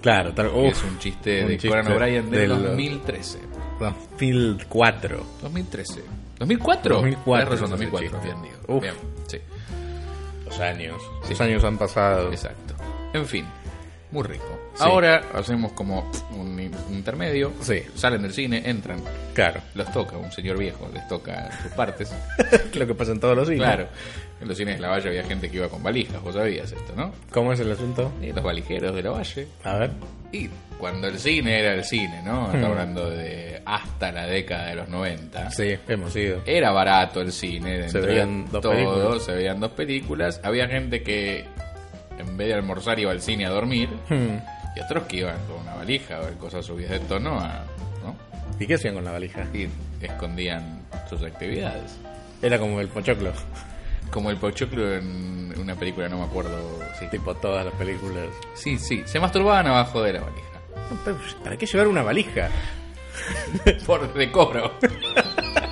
[SPEAKER 3] Claro, tal-
[SPEAKER 2] que
[SPEAKER 3] uf,
[SPEAKER 2] es un chiste
[SPEAKER 3] un
[SPEAKER 2] de
[SPEAKER 3] chiste
[SPEAKER 2] Conan O'Brien del
[SPEAKER 3] del-
[SPEAKER 2] 2013.
[SPEAKER 3] 2004.
[SPEAKER 2] 2013. ¿2004?
[SPEAKER 3] 2004,
[SPEAKER 2] Tenés razón,
[SPEAKER 3] ese
[SPEAKER 2] 2004,
[SPEAKER 3] chiste.
[SPEAKER 2] bien digo.
[SPEAKER 3] Uf.
[SPEAKER 2] Bien, sí,
[SPEAKER 3] Los años.
[SPEAKER 2] Sí.
[SPEAKER 3] Los años han pasado.
[SPEAKER 2] exacto. En fin, muy rico.
[SPEAKER 3] Sí.
[SPEAKER 2] Ahora hacemos como un in- intermedio.
[SPEAKER 3] Sí.
[SPEAKER 2] Salen del cine, entran,
[SPEAKER 3] Claro.
[SPEAKER 2] [LAUGHS] los toca, un señor viejo les toca sus
[SPEAKER 3] [LAUGHS]
[SPEAKER 2] partes.
[SPEAKER 3] Lo que pasa en todos los siglos.
[SPEAKER 2] Claro. En los cines de la Valle había gente que iba con valijas, vos sabías esto, ¿no?
[SPEAKER 3] ¿Cómo es el asunto?
[SPEAKER 2] Y los valijeros de la Valle.
[SPEAKER 3] A ver.
[SPEAKER 2] Y cuando el cine era el cine, ¿no? Estamos hablando de hasta la década de los 90.
[SPEAKER 3] Hmm. Sí, hemos ido.
[SPEAKER 2] Era barato el cine, dentro
[SPEAKER 3] Se veían
[SPEAKER 2] de
[SPEAKER 3] dos
[SPEAKER 2] todo,
[SPEAKER 3] películas.
[SPEAKER 2] se veían dos películas. Había gente que en vez de almorzar iba al cine a dormir
[SPEAKER 3] Hmm.
[SPEAKER 2] y otros que iban con una valija o cosas subidas de tono a- ¿no?
[SPEAKER 3] ¿Y qué hacían con la valija?
[SPEAKER 2] y escondían sus actividades.
[SPEAKER 3] Era como el pochoclo. [LAUGHS]
[SPEAKER 2] Como el Pochoclo en una película, no me acuerdo. Sí,
[SPEAKER 3] Tipo todas las películas.
[SPEAKER 2] sí, sí, se masturbaban abajo de la valija.
[SPEAKER 3] [LAUGHS] No, pero, ¿Para qué llevar una valija?
[SPEAKER 2] Por decoro.
[SPEAKER 3] [LAUGHS]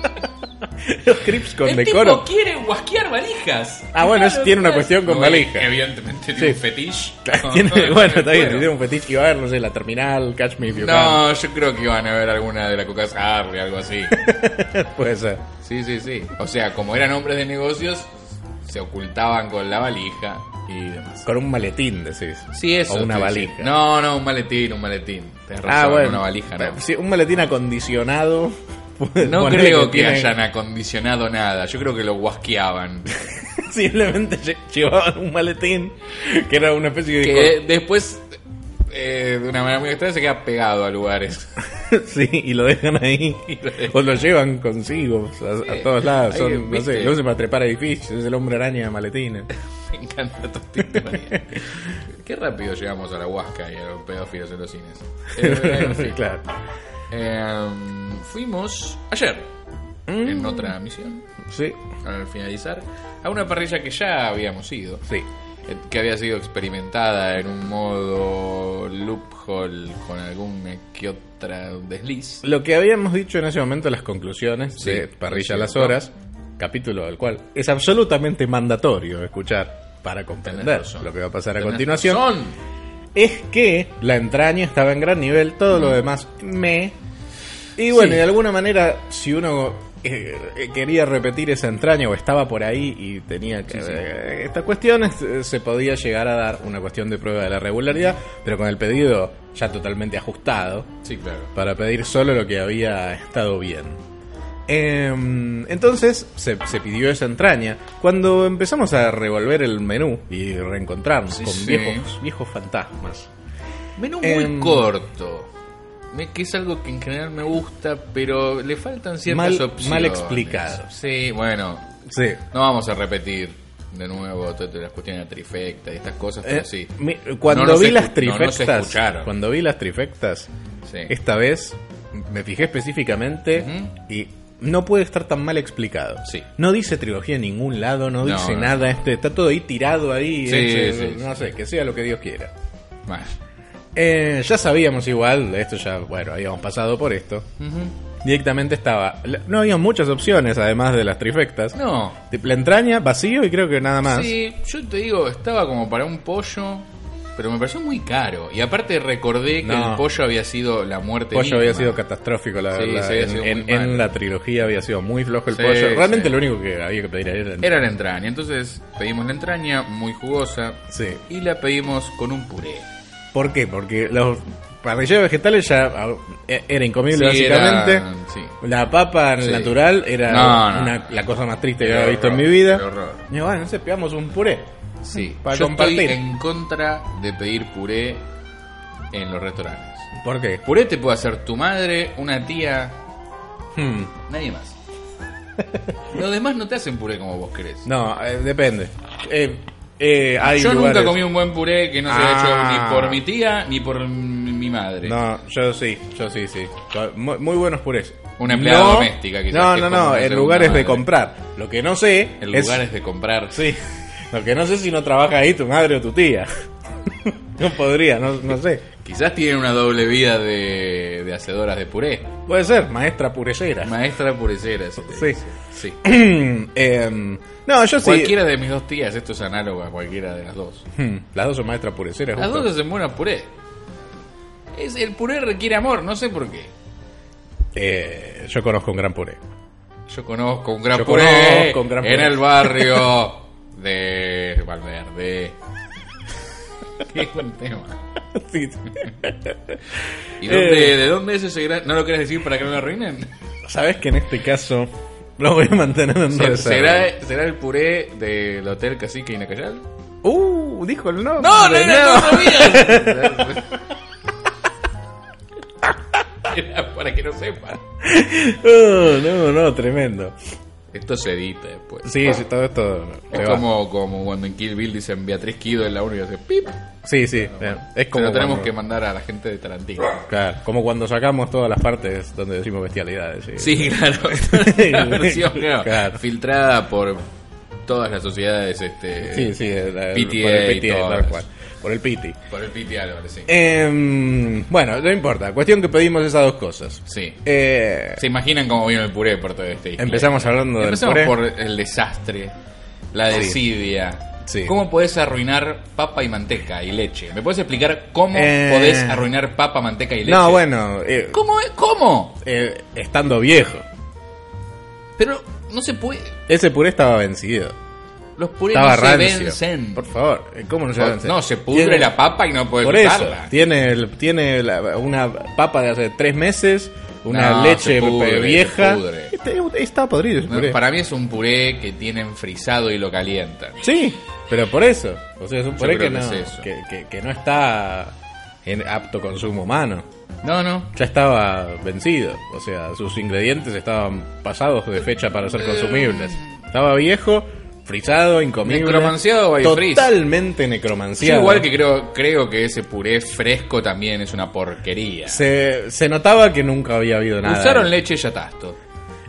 [SPEAKER 3] Los crips con
[SPEAKER 2] el
[SPEAKER 3] decoro.
[SPEAKER 2] tipo
[SPEAKER 3] [LAUGHS]
[SPEAKER 2] quiere guasquear valijas.
[SPEAKER 3] Ah, bueno, es- tiene una cuestión con
[SPEAKER 2] Muy-
[SPEAKER 3] valija.
[SPEAKER 2] Evidentemente tiene
[SPEAKER 3] Sí.
[SPEAKER 2] un fetiche. con- [LAUGHS]
[SPEAKER 3] Tiene-
[SPEAKER 2] con el
[SPEAKER 3] bueno, está bien,
[SPEAKER 2] cuero.
[SPEAKER 3] tiene un fetiche. Iba a ver, no sé, la terminal, Catch Me If You
[SPEAKER 2] No, yo creo que iban a ver alguna de la Coca Harley, algo [LAUGHS] así.
[SPEAKER 3] Can. [LAUGHS] Puede ser.
[SPEAKER 2] Sí, sí, sí. O sea, como eran hombres de negocios, se ocultaban con la valija y demás.
[SPEAKER 3] Con un maletín, decís.
[SPEAKER 2] Sí, eso.
[SPEAKER 3] O una
[SPEAKER 2] sí,
[SPEAKER 3] valija.
[SPEAKER 2] sí. No, no, un maletín, un maletín. Tenés razón, una valija no.
[SPEAKER 3] Sí, Ah, un maletín acondicionado. [LAUGHS] pues,
[SPEAKER 2] No
[SPEAKER 3] ponele
[SPEAKER 2] creo que
[SPEAKER 3] tiene-
[SPEAKER 2] hayan acondicionado nada. Yo creo que lo [LAUGHS] guasqueaban.
[SPEAKER 3] [LAUGHS] Simplemente lle- llevaban un maletín que era una especie de.
[SPEAKER 2] que después, eh, de una manera muy extraña, se queda pegado a lugares. [LAUGHS]
[SPEAKER 3] [LAUGHS] Sí, y lo dejan ahí. O lo llevan consigo a, a
[SPEAKER 2] Sí.
[SPEAKER 3] todos lados. Son,
[SPEAKER 2] Ahí,
[SPEAKER 3] no
[SPEAKER 2] viste.
[SPEAKER 3] sé, lo usan para trepar a edificios. Es el hombre araña de
[SPEAKER 2] [LAUGHS]
[SPEAKER 3] maletines. [LAUGHS]
[SPEAKER 2] Me encanta tu [LAUGHS] testimonio. Qué rápido llegamos a la huasca y a los pedófilos en los cines. [LAUGHS] Eh, en fin.
[SPEAKER 3] claro.
[SPEAKER 2] Em, fuimos ayer
[SPEAKER 3] Mm.
[SPEAKER 2] en otra misión
[SPEAKER 3] Sí,
[SPEAKER 2] al finalizar a una parrilla que ya habíamos ido
[SPEAKER 3] sí.
[SPEAKER 2] eh, que había sido experimentada en un modo loophole con algún que otra desliz.
[SPEAKER 3] Lo que habíamos dicho en ese momento, las conclusiones
[SPEAKER 2] Sí,
[SPEAKER 3] de Parrilla a
[SPEAKER 2] es
[SPEAKER 3] las
[SPEAKER 2] cierto.
[SPEAKER 3] Horas, capítulo del cual es absolutamente mandatorio escuchar para
[SPEAKER 2] Tenés
[SPEAKER 3] comprender
[SPEAKER 2] razón.
[SPEAKER 3] lo que va a pasar a
[SPEAKER 2] Tenés
[SPEAKER 3] continuación,
[SPEAKER 2] razón.
[SPEAKER 3] es que la entraña estaba en gran nivel, todo lo demás me... Y
[SPEAKER 2] Mm.
[SPEAKER 3] bueno,
[SPEAKER 2] Sí.
[SPEAKER 3] y de alguna manera, si uno eh, eh, quería repetir esa entraña o estaba por ahí y tenía que...
[SPEAKER 2] Sí, sí.
[SPEAKER 3] eh, Estas cuestiones eh, se podía llegar a dar una cuestión de prueba de la regularidad, pero con el pedido ya totalmente ajustado
[SPEAKER 2] Sí, claro.
[SPEAKER 3] para pedir solo lo que había estado bien. Em, entonces se, se pidió esa entraña. Cuando empezamos a revolver el menú y reencontrarnos
[SPEAKER 2] Sí,
[SPEAKER 3] con
[SPEAKER 2] sí.
[SPEAKER 3] viejos, viejos fantasmas.
[SPEAKER 2] Menú muy
[SPEAKER 3] Em,
[SPEAKER 2] corto. Me- Que es algo que en general me gusta, pero le faltan ciertas
[SPEAKER 3] Mal-
[SPEAKER 2] opciones.
[SPEAKER 3] mal explicado.
[SPEAKER 2] Sí, bueno,
[SPEAKER 3] Sí.
[SPEAKER 2] no vamos a repetir de nuevo todas las cuestiones de trifecta y estas cosas, pero sí.
[SPEAKER 3] Eh, cuando
[SPEAKER 2] No nos
[SPEAKER 3] vi
[SPEAKER 2] escu-
[SPEAKER 3] las
[SPEAKER 2] no nos
[SPEAKER 3] trifectas,
[SPEAKER 2] escucharon.
[SPEAKER 3] cuando vi las trifectas,
[SPEAKER 2] Sí.
[SPEAKER 3] esta vez me fijé específicamente
[SPEAKER 2] Ujú.
[SPEAKER 3] y no puede estar tan mal explicado.
[SPEAKER 2] Sí.
[SPEAKER 3] No dice trilogía en ningún lado, no,
[SPEAKER 2] No,
[SPEAKER 3] dice
[SPEAKER 2] no.
[SPEAKER 3] nada, este, está todo ahí tirado ahí,
[SPEAKER 2] Sí,
[SPEAKER 3] este,
[SPEAKER 2] sí,
[SPEAKER 3] no
[SPEAKER 2] sí.
[SPEAKER 3] sé, que sea lo que Dios quiera.
[SPEAKER 2] Bueno.
[SPEAKER 3] Eh, ya sabíamos igual, de esto ya, bueno, habíamos pasado por esto. Directamente estaba. la- No había muchas opciones, además de las trifectas.
[SPEAKER 2] No.
[SPEAKER 3] Tipo, La entraña, vacío y creo que nada más.
[SPEAKER 2] Sí, yo te digo, estaba como para un pollo, pero me pareció muy caro. Y aparte recordé que
[SPEAKER 3] No.
[SPEAKER 2] el pollo había sido la muerte.
[SPEAKER 3] El pollo había
[SPEAKER 2] misma.
[SPEAKER 3] sido catastrófico, la
[SPEAKER 2] Sí,
[SPEAKER 3] verdad.
[SPEAKER 2] se había
[SPEAKER 3] en,
[SPEAKER 2] sido
[SPEAKER 3] en-
[SPEAKER 2] muy malo.
[SPEAKER 3] en la trilogía había sido muy flojo el
[SPEAKER 2] Sí,
[SPEAKER 3] pollo. Realmente
[SPEAKER 2] sí.
[SPEAKER 3] lo único que había que pedir era.
[SPEAKER 2] Era la entraña, entonces pedimos la entraña, muy jugosa,
[SPEAKER 3] Sí.
[SPEAKER 2] y la pedimos con un puré.
[SPEAKER 3] ¿Por qué? Porque los parrilleros vegetales ya ah, e- era incomible,
[SPEAKER 2] Sí,
[SPEAKER 3] básicamente.
[SPEAKER 2] era- sí.
[SPEAKER 3] La papa
[SPEAKER 2] Sí.
[SPEAKER 3] natural era
[SPEAKER 2] No, no,
[SPEAKER 3] una-
[SPEAKER 2] no.
[SPEAKER 3] la cosa más triste que
[SPEAKER 2] El
[SPEAKER 3] había visto en mi
[SPEAKER 2] horror,
[SPEAKER 3] vida.
[SPEAKER 2] el horror.
[SPEAKER 3] Y bueno, no sé, pegamos un puré.
[SPEAKER 2] Sí,
[SPEAKER 3] Para
[SPEAKER 2] yo
[SPEAKER 3] compartir.
[SPEAKER 2] estoy en contra de pedir puré en los restaurantes.
[SPEAKER 3] ¿Por qué?
[SPEAKER 2] Puré te puede hacer tu madre, una tía,
[SPEAKER 3] Hmm.
[SPEAKER 2] nadie [LAUGHS] más. Los demás no te hacen puré como vos querés.
[SPEAKER 3] No, eh, depende. Eh, eh, hay
[SPEAKER 2] Yo nunca
[SPEAKER 3] lugares-
[SPEAKER 2] comí un buen puré que no se haya
[SPEAKER 3] Ah.
[SPEAKER 2] hecho ni por mi tía ni por mi mi madre.
[SPEAKER 3] No, yo sí, yo sí, sí. Yo- Muy, muy buenos purés.
[SPEAKER 2] Una empleada
[SPEAKER 3] No,
[SPEAKER 2] doméstica, quizás,
[SPEAKER 3] No,
[SPEAKER 2] que
[SPEAKER 3] no,
[SPEAKER 2] es como
[SPEAKER 3] no,
[SPEAKER 2] una
[SPEAKER 3] en
[SPEAKER 2] segunda
[SPEAKER 3] lugares de
[SPEAKER 2] madre.
[SPEAKER 3] comprar. Lo que no sé.
[SPEAKER 2] El
[SPEAKER 3] es-
[SPEAKER 2] lugar es de comprar.
[SPEAKER 3] [LAUGHS] Sí. Lo que no sé si no trabaja ahí tu madre o tu tía. [LAUGHS] no podría, no, no sé.
[SPEAKER 2] Quizás tienen una doble vida de, de hacedoras de puré.
[SPEAKER 3] Puede ser, maestra purecera.
[SPEAKER 2] Maestra purecera. se le
[SPEAKER 3] Sí.
[SPEAKER 2] dice. sí.
[SPEAKER 3] [CLEARS THROAT] Em, no, yo sí.
[SPEAKER 2] Cualquiera de mis dos tías, esto es análogo a cualquiera de las dos.
[SPEAKER 3] Hmm, Las dos son maestras pureceras.
[SPEAKER 2] Las
[SPEAKER 3] justo.
[SPEAKER 2] dos hacen buena puré. Es, el puré requiere amor, no sé por qué.
[SPEAKER 3] Eh, yo conozco un gran puré. [LAUGHS]
[SPEAKER 2] Yo conozco un gran,
[SPEAKER 3] Yo
[SPEAKER 2] puré,
[SPEAKER 3] conozco un gran
[SPEAKER 2] en
[SPEAKER 3] puré.
[SPEAKER 2] el
[SPEAKER 3] [LAUGHS]
[SPEAKER 2] barrio de Valverde. qué buen tema.
[SPEAKER 3] Sí, sí.
[SPEAKER 2] ¿Y
[SPEAKER 3] Eh.
[SPEAKER 2] dónde, de dónde es ese gran.? ¿No lo querés decir para que no lo arruinen?
[SPEAKER 3] Sabes que en este caso lo voy a mantener en
[SPEAKER 2] ¿Será,
[SPEAKER 3] reserva.
[SPEAKER 2] será, el puré del Hotel Cacique y Nacayal?
[SPEAKER 3] Uh, dijo el nombre.
[SPEAKER 2] ¡No, no era no.
[SPEAKER 3] [LAUGHS]
[SPEAKER 2] sabía! [LAUGHS] Era para que no sepan.
[SPEAKER 3] Oh, no, no, tremendo.
[SPEAKER 2] Esto se edita después.
[SPEAKER 3] Sí, sí, todo esto.
[SPEAKER 2] Ah. Es
[SPEAKER 3] se va.
[SPEAKER 2] como, como cuando en Kill Bill dicen Beatriz Kido en la 1 y hace pip.
[SPEAKER 3] Sí, sí. eh, es como.
[SPEAKER 2] Lo tenemos
[SPEAKER 3] cuando-
[SPEAKER 2] que mandar a la gente de Tarantino.
[SPEAKER 3] Claro, como cuando sacamos todas las partes donde decimos bestialidades. Sí.
[SPEAKER 2] Sí, [LAUGHS] claro.
[SPEAKER 3] [LAUGHS]
[SPEAKER 2] la versión claro,
[SPEAKER 3] Claro.
[SPEAKER 2] filtrada por todas las sociedades. Este,
[SPEAKER 3] sí, sí,
[SPEAKER 2] PTA
[SPEAKER 3] la- por el
[SPEAKER 2] y
[SPEAKER 3] PTA,
[SPEAKER 2] todas.
[SPEAKER 3] tal cual. Por el piti.
[SPEAKER 2] Por el Piti Álvarez,
[SPEAKER 3] Eh,
[SPEAKER 2] sí.
[SPEAKER 3] Em, bueno, no importa. Cuestión que pedimos esas dos cosas.
[SPEAKER 2] Sí.
[SPEAKER 3] Eh,
[SPEAKER 2] ¿Se imaginan cómo vino el puré por todo este isla?
[SPEAKER 3] Empezamos hablando del
[SPEAKER 2] Empezamos
[SPEAKER 3] puré.
[SPEAKER 2] por el desastre, la desidia.
[SPEAKER 3] Sí.
[SPEAKER 2] ¿Cómo podés arruinar papa y manteca y leche? ¿Me puedes explicar cómo
[SPEAKER 3] Eh.
[SPEAKER 2] podés arruinar papa, manteca y leche?
[SPEAKER 3] No, bueno. eh,
[SPEAKER 2] ¿Cómo es? ¿Cómo?
[SPEAKER 3] eh, estando viejo.
[SPEAKER 2] Pero no se puede.
[SPEAKER 3] Ese puré estaba vencido.
[SPEAKER 2] Los purés
[SPEAKER 3] Estaba
[SPEAKER 2] no se
[SPEAKER 3] rancio.
[SPEAKER 2] vencen.
[SPEAKER 3] Por favor, eh, ¿cómo no se
[SPEAKER 2] No,
[SPEAKER 3] vencen?
[SPEAKER 2] no, se pudre
[SPEAKER 3] Tiene-
[SPEAKER 2] la papa y no puedes
[SPEAKER 3] Por eso,
[SPEAKER 2] usarla.
[SPEAKER 3] tiene, el- tiene la- una papa de hace tres meses, una
[SPEAKER 2] No, se
[SPEAKER 3] leche
[SPEAKER 2] pudre,
[SPEAKER 3] pe-
[SPEAKER 2] se
[SPEAKER 3] vieja.
[SPEAKER 2] pudre.
[SPEAKER 3] Este- está podrido ese
[SPEAKER 2] No,
[SPEAKER 3] puré.
[SPEAKER 2] para mí es un puré que tienen frisado y lo calientan.
[SPEAKER 3] Sí, pero por eso. O sea, es un
[SPEAKER 2] Yo
[SPEAKER 3] puré que,
[SPEAKER 2] creo que
[SPEAKER 3] no,
[SPEAKER 2] es eso.
[SPEAKER 3] que, que- que no está en apto consumo humano.
[SPEAKER 2] No, no.
[SPEAKER 3] Ya estaba vencido. O sea, sus ingredientes estaban pasados de fecha para ser consumibles. Estaba viejo, frisado, incomible.
[SPEAKER 2] Necromanciado by Frizz.
[SPEAKER 3] Totalmente
[SPEAKER 2] Yo
[SPEAKER 3] necromanciado.
[SPEAKER 2] igual que creo, creo que ese puré fresco también es una porquería.
[SPEAKER 3] se, se notaba que nunca había habido nada.
[SPEAKER 2] Usaron leche yatasto.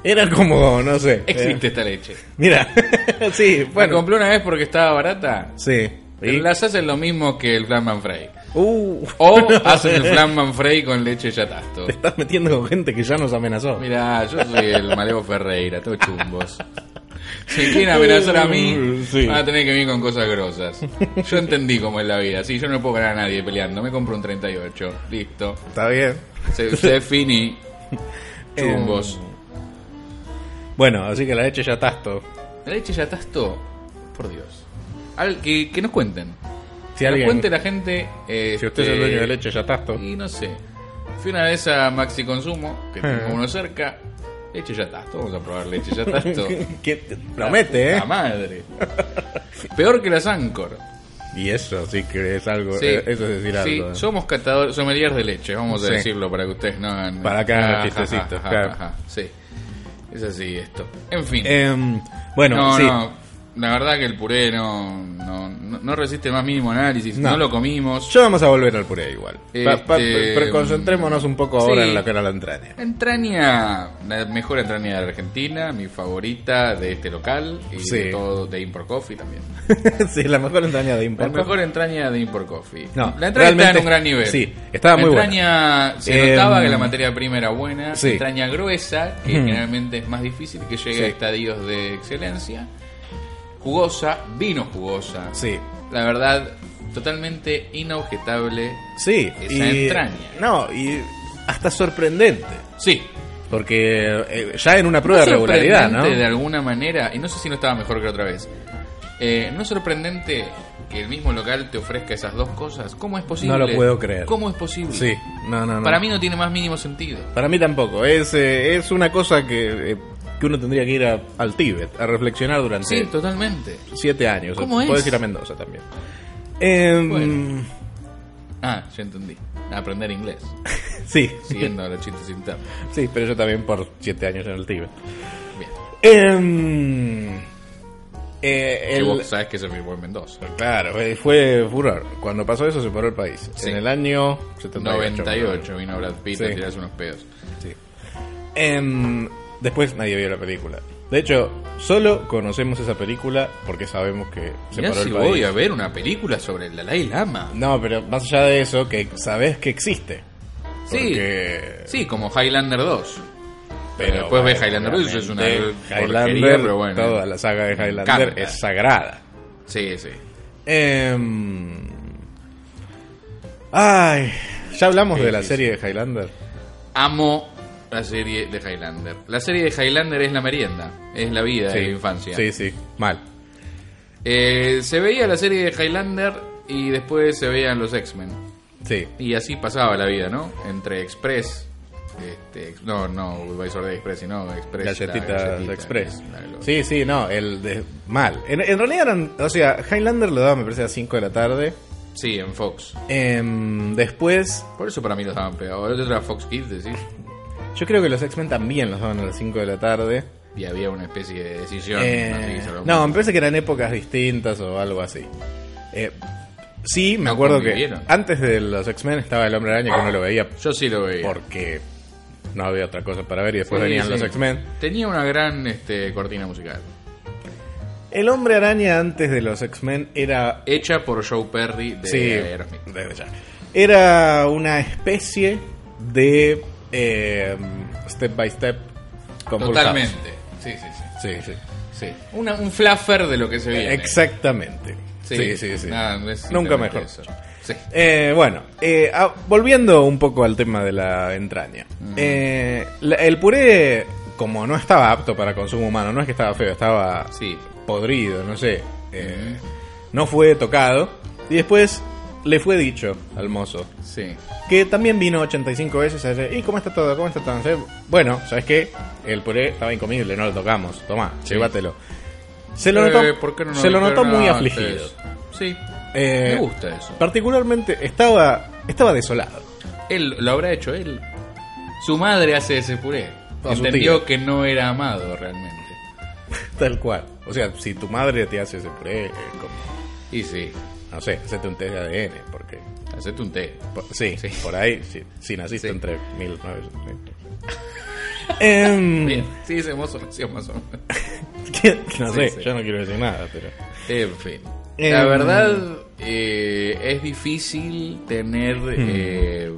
[SPEAKER 3] Era como, no
[SPEAKER 2] [LAUGHS]
[SPEAKER 3] sé. eh,
[SPEAKER 2] Existe esta leche.
[SPEAKER 3] Mira, [LAUGHS] sí,
[SPEAKER 2] Bueno,
[SPEAKER 3] bueno.
[SPEAKER 2] compré una vez porque estaba barata
[SPEAKER 3] Sí. ¿sí?
[SPEAKER 2] Las hacen lo mismo que el Flatman Frey.
[SPEAKER 3] Uh, [LAUGHS]
[SPEAKER 2] O hacen el Flatman Frey con leche y yatasto.
[SPEAKER 3] te estás metiendo con gente que ya nos amenazó.
[SPEAKER 2] Mirá, yo soy el Malevo Ferreira, todos chumbos. Si quieren amenazar a mí,
[SPEAKER 3] Sí.
[SPEAKER 2] van a tener que venir con cosas grosas. Yo entendí cómo es la vida. Sí, yo no puedo ganar a nadie peleando. Me compro un 38. Listo.
[SPEAKER 3] Está bien.
[SPEAKER 2] Se, se fini. Chumbos.
[SPEAKER 3] Em. Bueno, así que la leche ya tasto.
[SPEAKER 2] La leche ya tasto. Por Dios. Al- que, que nos cuenten.
[SPEAKER 3] Si
[SPEAKER 2] Que nos
[SPEAKER 3] alguien,
[SPEAKER 2] cuente la gente.
[SPEAKER 3] si
[SPEAKER 2] este,
[SPEAKER 3] usted es el dueño de leche ya tasto. [LAUGHS]
[SPEAKER 2] Y no sé. Fui una vez a Maxi Consumo, que tengo
[SPEAKER 3] Eh.
[SPEAKER 2] uno cerca. Leche ya tasto. Vamos a probar leche ya tasto.
[SPEAKER 3] [LAUGHS] que te promete, ¿eh?
[SPEAKER 2] La madre. Peor que las Anchor.
[SPEAKER 3] Y eso sí que es algo,
[SPEAKER 2] Sí.
[SPEAKER 3] eh, eso es decir
[SPEAKER 2] Sí,
[SPEAKER 3] algo. ¿eh?
[SPEAKER 2] somos catadores, sommeliers de leche, vamos a
[SPEAKER 3] Sí.
[SPEAKER 2] decirlo para que ustedes no hagan.
[SPEAKER 3] Para que hagan
[SPEAKER 2] Ah,
[SPEAKER 3] chistecitos,
[SPEAKER 2] ajá, ajá,
[SPEAKER 3] claro.
[SPEAKER 2] ajá, sí. Es así esto. En fin.
[SPEAKER 3] Em, bueno,
[SPEAKER 2] no,
[SPEAKER 3] sí.
[SPEAKER 2] no. La verdad que el puré no, no, no- no resiste más mínimo análisis. No,
[SPEAKER 3] No.
[SPEAKER 2] lo comimos.
[SPEAKER 3] Ya vamos a volver al puré igual. Pa- pa-
[SPEAKER 2] Este,
[SPEAKER 3] pero concentrémonos un poco ahora
[SPEAKER 2] sí.
[SPEAKER 3] en lo que era la entraña. [LAUGHS]
[SPEAKER 2] Entraña, la mejor entraña de Argentina, mi favorita de este local y de
[SPEAKER 3] Sí.
[SPEAKER 2] todo de Import Coffee también.
[SPEAKER 3] sí, la mejor entraña de
[SPEAKER 2] La
[SPEAKER 3] Import.
[SPEAKER 2] mejor entraña de Import Coffee.
[SPEAKER 3] No,
[SPEAKER 2] la entraña está en
[SPEAKER 3] realmente-
[SPEAKER 2] un gran nivel.
[SPEAKER 3] sí, estaba muy
[SPEAKER 2] La entraña se
[SPEAKER 3] Eh,
[SPEAKER 2] notaba que la materia prima era buena.
[SPEAKER 3] sí.
[SPEAKER 2] Entraña gruesa, que generalmente es más difícil que llegue a
[SPEAKER 3] Sí.
[SPEAKER 2] estadios de excelencia. Jugosa, vino jugosa.
[SPEAKER 3] Sí.
[SPEAKER 2] La verdad, totalmente inobjetable.
[SPEAKER 3] Sí,
[SPEAKER 2] Esa entraña.
[SPEAKER 3] No, y hasta sorprendente.
[SPEAKER 2] Sí.
[SPEAKER 3] Porque eh, ya en una prueba de
[SPEAKER 2] sorprendente
[SPEAKER 3] regularidad, ¿no?
[SPEAKER 2] de alguna manera, y no sé si no estaba mejor que la otra vez. Eh, no es sorprendente que el mismo local te ofrezca esas dos cosas. ¿Cómo es posible?
[SPEAKER 3] No lo puedo creer.
[SPEAKER 2] ¿Cómo es posible?
[SPEAKER 3] Sí, no, no, no.
[SPEAKER 2] Para mí no tiene más mínimo sentido.
[SPEAKER 3] Para mí tampoco. Es, eh, es una cosa que, eh, que uno tendría que ir a- al Tíbet a reflexionar durante
[SPEAKER 2] Sí, totalmente.
[SPEAKER 3] siete años.
[SPEAKER 2] ¿Cómo es?
[SPEAKER 3] Puedes ir a Mendoza también. Em,
[SPEAKER 2] Bueno. Ah, ya entendí. Aprender
[SPEAKER 3] [LAUGHS]
[SPEAKER 2] inglés,
[SPEAKER 3] Sí,
[SPEAKER 2] siguiendo los chistes internos.
[SPEAKER 3] sí, pero yo también por siete años en el Tíbet.
[SPEAKER 2] Bien.
[SPEAKER 3] Em, eh,
[SPEAKER 2] Que
[SPEAKER 3] el-
[SPEAKER 2] vos sabés que se firmó en Mendoza.
[SPEAKER 3] claro, eh, fue furor. Cuando pasó eso se paró el país.
[SPEAKER 2] Sí.
[SPEAKER 3] En el año 78.
[SPEAKER 2] 98 vino Brad Pitt a
[SPEAKER 3] Sí.
[SPEAKER 2] tirarse unos pedos.
[SPEAKER 3] Sí. Em, después nadie vio la película. De hecho, solo conocemos esa película porque sabemos que se
[SPEAKER 2] Mirá
[SPEAKER 3] paró
[SPEAKER 2] si
[SPEAKER 3] el
[SPEAKER 2] voy
[SPEAKER 3] país.
[SPEAKER 2] a ver una película sobre el Dalai Lama.
[SPEAKER 3] No, pero más allá de eso, que sabes que existe.
[SPEAKER 2] Sí.
[SPEAKER 3] Porque-
[SPEAKER 2] Sí, como Highlander 2. Pero después
[SPEAKER 3] bueno,
[SPEAKER 2] ves Highlander 2 y es una
[SPEAKER 3] obviamente,
[SPEAKER 2] porquería,
[SPEAKER 3] Highlander,
[SPEAKER 2] pero bueno.
[SPEAKER 3] toda la saga de Highlander
[SPEAKER 2] Encanta.
[SPEAKER 3] es sagrada.
[SPEAKER 2] Sí, sí.
[SPEAKER 3] Em, Ay, ya hablamos
[SPEAKER 2] Qué
[SPEAKER 3] de la
[SPEAKER 2] difícil.
[SPEAKER 3] serie de Highlander.
[SPEAKER 2] Amo la serie de Highlander. La serie de Highlander es la merienda, es la vida, es la infancia.
[SPEAKER 3] Sí, sí, mal.
[SPEAKER 2] Eh, se veía la serie de Highlander y después se veían los X-Men.
[SPEAKER 3] Sí.
[SPEAKER 2] Y así pasaba la vida, ¿no? Entre Express. Este, ex- no, no, Budweiser de Express, sino Express. la
[SPEAKER 3] Galletitas
[SPEAKER 2] galletita,
[SPEAKER 3] Express.
[SPEAKER 2] la- la-
[SPEAKER 3] Sí, sí, no, el de mal. En, en realidad eran, o sea, Highlander lo daba me parece a las 5 de la tarde.
[SPEAKER 2] Sí, en Fox.
[SPEAKER 3] Em, después,
[SPEAKER 2] Por eso para mí los daban pegados. El otro era Fox Kids, decís.
[SPEAKER 3] yo creo que los X-Men también los daban a las 5 de la tarde.
[SPEAKER 2] Y había una especie de decisión.
[SPEAKER 3] Eh,
[SPEAKER 2] así, solo-
[SPEAKER 3] no, me parece que eran épocas distintas o algo así. Eh, sí, me
[SPEAKER 2] No
[SPEAKER 3] acuerdo que
[SPEAKER 2] convivieron.
[SPEAKER 3] antes de los X-Men estaba el Hombre Araña que no lo veía
[SPEAKER 2] Yo sí lo veía.
[SPEAKER 3] porque no había otra cosa para ver y después
[SPEAKER 2] Sí,
[SPEAKER 3] venían
[SPEAKER 2] sí.
[SPEAKER 3] los X-Men.
[SPEAKER 2] Tenía una gran este, cortina musical.
[SPEAKER 3] El Hombre Araña antes de los X-Men era
[SPEAKER 2] Hecha por Joe Perry de
[SPEAKER 3] sí,
[SPEAKER 2] Aerosmith.
[SPEAKER 3] desde ya. Era una especie de eh, step by step con Full House.
[SPEAKER 2] Totalmente. Sí, sí, sí.
[SPEAKER 3] Sí, sí.
[SPEAKER 2] sí. Una- un flaffer de lo que se veía.
[SPEAKER 3] Exactamente. Sí, sí, sí.
[SPEAKER 2] eh. Nada, es
[SPEAKER 3] Nunca
[SPEAKER 2] simplemente
[SPEAKER 3] mejor.
[SPEAKER 2] eso. Sí.
[SPEAKER 3] Eh, bueno, eh, ah, volviendo un poco al tema de la entraña. Eh, la- el puré, como no estaba apto para consumo humano, no es que estaba feo, estaba
[SPEAKER 2] Sí.
[SPEAKER 3] podrido, no sé. eh, No fue tocado. Y después le fue dicho al mozo,
[SPEAKER 2] Sí.
[SPEAKER 3] que también vino 85 veces a decir, ¿y cómo está todo? ¿Cómo está todo? Eh, Bueno, ¿sabes qué? El puré estaba incomible, no lo tocamos. Tomá,
[SPEAKER 2] Sí.
[SPEAKER 3] llévatelo. Se lo
[SPEAKER 2] Eh,
[SPEAKER 3] notó,
[SPEAKER 2] ¿por qué no nos
[SPEAKER 3] se lo
[SPEAKER 2] dijeron
[SPEAKER 3] notó muy
[SPEAKER 2] nada
[SPEAKER 3] afligido.
[SPEAKER 2] antes? Sí.
[SPEAKER 3] Eh,
[SPEAKER 2] Me gusta eso.
[SPEAKER 3] Particularmente estaba, estaba desolado. [LAUGHS]
[SPEAKER 2] Él lo habrá hecho él. Su madre hace ese puré.
[SPEAKER 3] A su
[SPEAKER 2] Entendió
[SPEAKER 3] tío.
[SPEAKER 2] que no era amado realmente.
[SPEAKER 3] Tal cual. O sea, si tu madre te hace ese puré, es como,
[SPEAKER 2] Y sí,
[SPEAKER 3] no sé, hacete un test de ADN, porque...
[SPEAKER 2] hacete un té.
[SPEAKER 3] por- sí,
[SPEAKER 2] Sí.
[SPEAKER 3] por ahí, si, si naciste
[SPEAKER 2] Sí.
[SPEAKER 3] entre
[SPEAKER 2] [LAUGHS]
[SPEAKER 3] 1900. Em,
[SPEAKER 2] Bien, sí, ese mozo nació más o menos.
[SPEAKER 3] [LAUGHS] que- no
[SPEAKER 2] Sí,
[SPEAKER 3] sé,
[SPEAKER 2] sí.
[SPEAKER 3] yo no quiero decir nada, pero...
[SPEAKER 2] En fin. La
[SPEAKER 3] Em,
[SPEAKER 2] verdad, eh, es difícil tener
[SPEAKER 3] Hmm.
[SPEAKER 2] eh,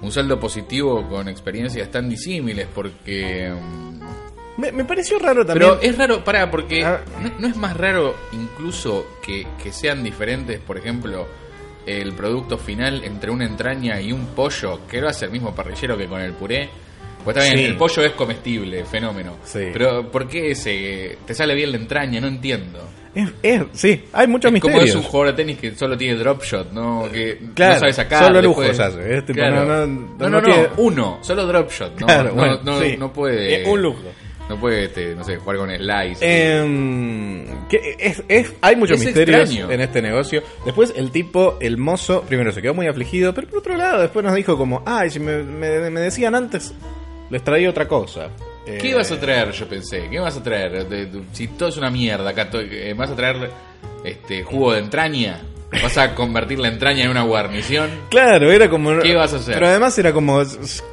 [SPEAKER 2] un saldo positivo con experiencias tan disímiles porque... mm,
[SPEAKER 3] Me, me pareció raro también. Ah.
[SPEAKER 2] Pero es raro, pará, porque
[SPEAKER 3] A ver.
[SPEAKER 2] no, no es más raro incluso que, que sean diferentes, por ejemplo, el producto final entre una entraña y un pollo, que lo hace el mismo parrillero que con el puré. Pues está bien,
[SPEAKER 3] Sí.
[SPEAKER 2] el pollo es comestible, fenómeno.
[SPEAKER 3] Sí.
[SPEAKER 2] Pero ¿por qué ese te sale bien la entraña? No entiendo.
[SPEAKER 3] Es- es- sí, hay muchos
[SPEAKER 2] Es como
[SPEAKER 3] misterios.
[SPEAKER 2] es un jugador de tenis que solo tiene drop shot, ¿no? Que
[SPEAKER 3] Claro,
[SPEAKER 2] no sabe sacar.
[SPEAKER 3] solo
[SPEAKER 2] después-
[SPEAKER 3] lujos hace, ¿eh? Tipo,
[SPEAKER 2] Claro.
[SPEAKER 3] no, no,
[SPEAKER 2] No,
[SPEAKER 3] no
[SPEAKER 2] no, no,
[SPEAKER 3] tiene-
[SPEAKER 2] uno, solo drop shot. No,
[SPEAKER 3] Claro,
[SPEAKER 2] no,
[SPEAKER 3] bueno,
[SPEAKER 2] no-
[SPEAKER 3] sí.
[SPEAKER 2] no puede.
[SPEAKER 3] Eh, un lujo.
[SPEAKER 2] No puede, este, no sé, jugar con slice.
[SPEAKER 3] Eh, Em, que es- es- hay muchos
[SPEAKER 2] Es
[SPEAKER 3] misterios
[SPEAKER 2] extraño.
[SPEAKER 3] en este negocio. Después el tipo, el mozo, primero se quedó muy afligido, pero por otro lado después nos dijo como, ay, si me, me- me decían antes, les traía otra cosa. Eh,
[SPEAKER 2] ¿Qué vas a traer? Yo pensé. ¿Qué vas a traer? De- de- si todo es una mierda, acá to- eh, ¿vas a traer este jugo de entraña? ¿Vas a convertir la entraña en una guarnición?
[SPEAKER 3] Claro, era como...
[SPEAKER 2] ¿Qué vas a hacer?
[SPEAKER 3] Pero además era como,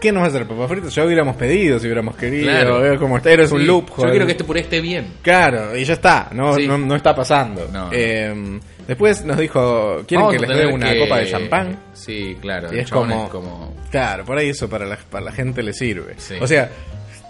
[SPEAKER 3] ¿qué nos va a hacer? Papas fritas, ya hubiéramos pedido si hubiéramos querido.
[SPEAKER 2] Claro.
[SPEAKER 3] Era como, eres
[SPEAKER 2] Sí,
[SPEAKER 3] un loop,
[SPEAKER 2] Yo
[SPEAKER 3] joder.
[SPEAKER 2] quiero que este puré esté bien.
[SPEAKER 3] Claro, y ya está, no,
[SPEAKER 2] Sí.
[SPEAKER 3] no, no está pasando.
[SPEAKER 2] No.
[SPEAKER 3] Em, después nos dijo, ¿quieren
[SPEAKER 2] Vamos
[SPEAKER 3] que
[SPEAKER 2] a
[SPEAKER 3] les dé
[SPEAKER 2] tener
[SPEAKER 3] una
[SPEAKER 2] que-
[SPEAKER 3] copa de champán?
[SPEAKER 2] Sí, claro.
[SPEAKER 3] Y
[SPEAKER 2] el
[SPEAKER 3] es
[SPEAKER 2] chabón
[SPEAKER 3] como,
[SPEAKER 2] es como-
[SPEAKER 3] Claro, por ahí eso para la, para la gente le sirve.
[SPEAKER 2] Sí.
[SPEAKER 3] O sea,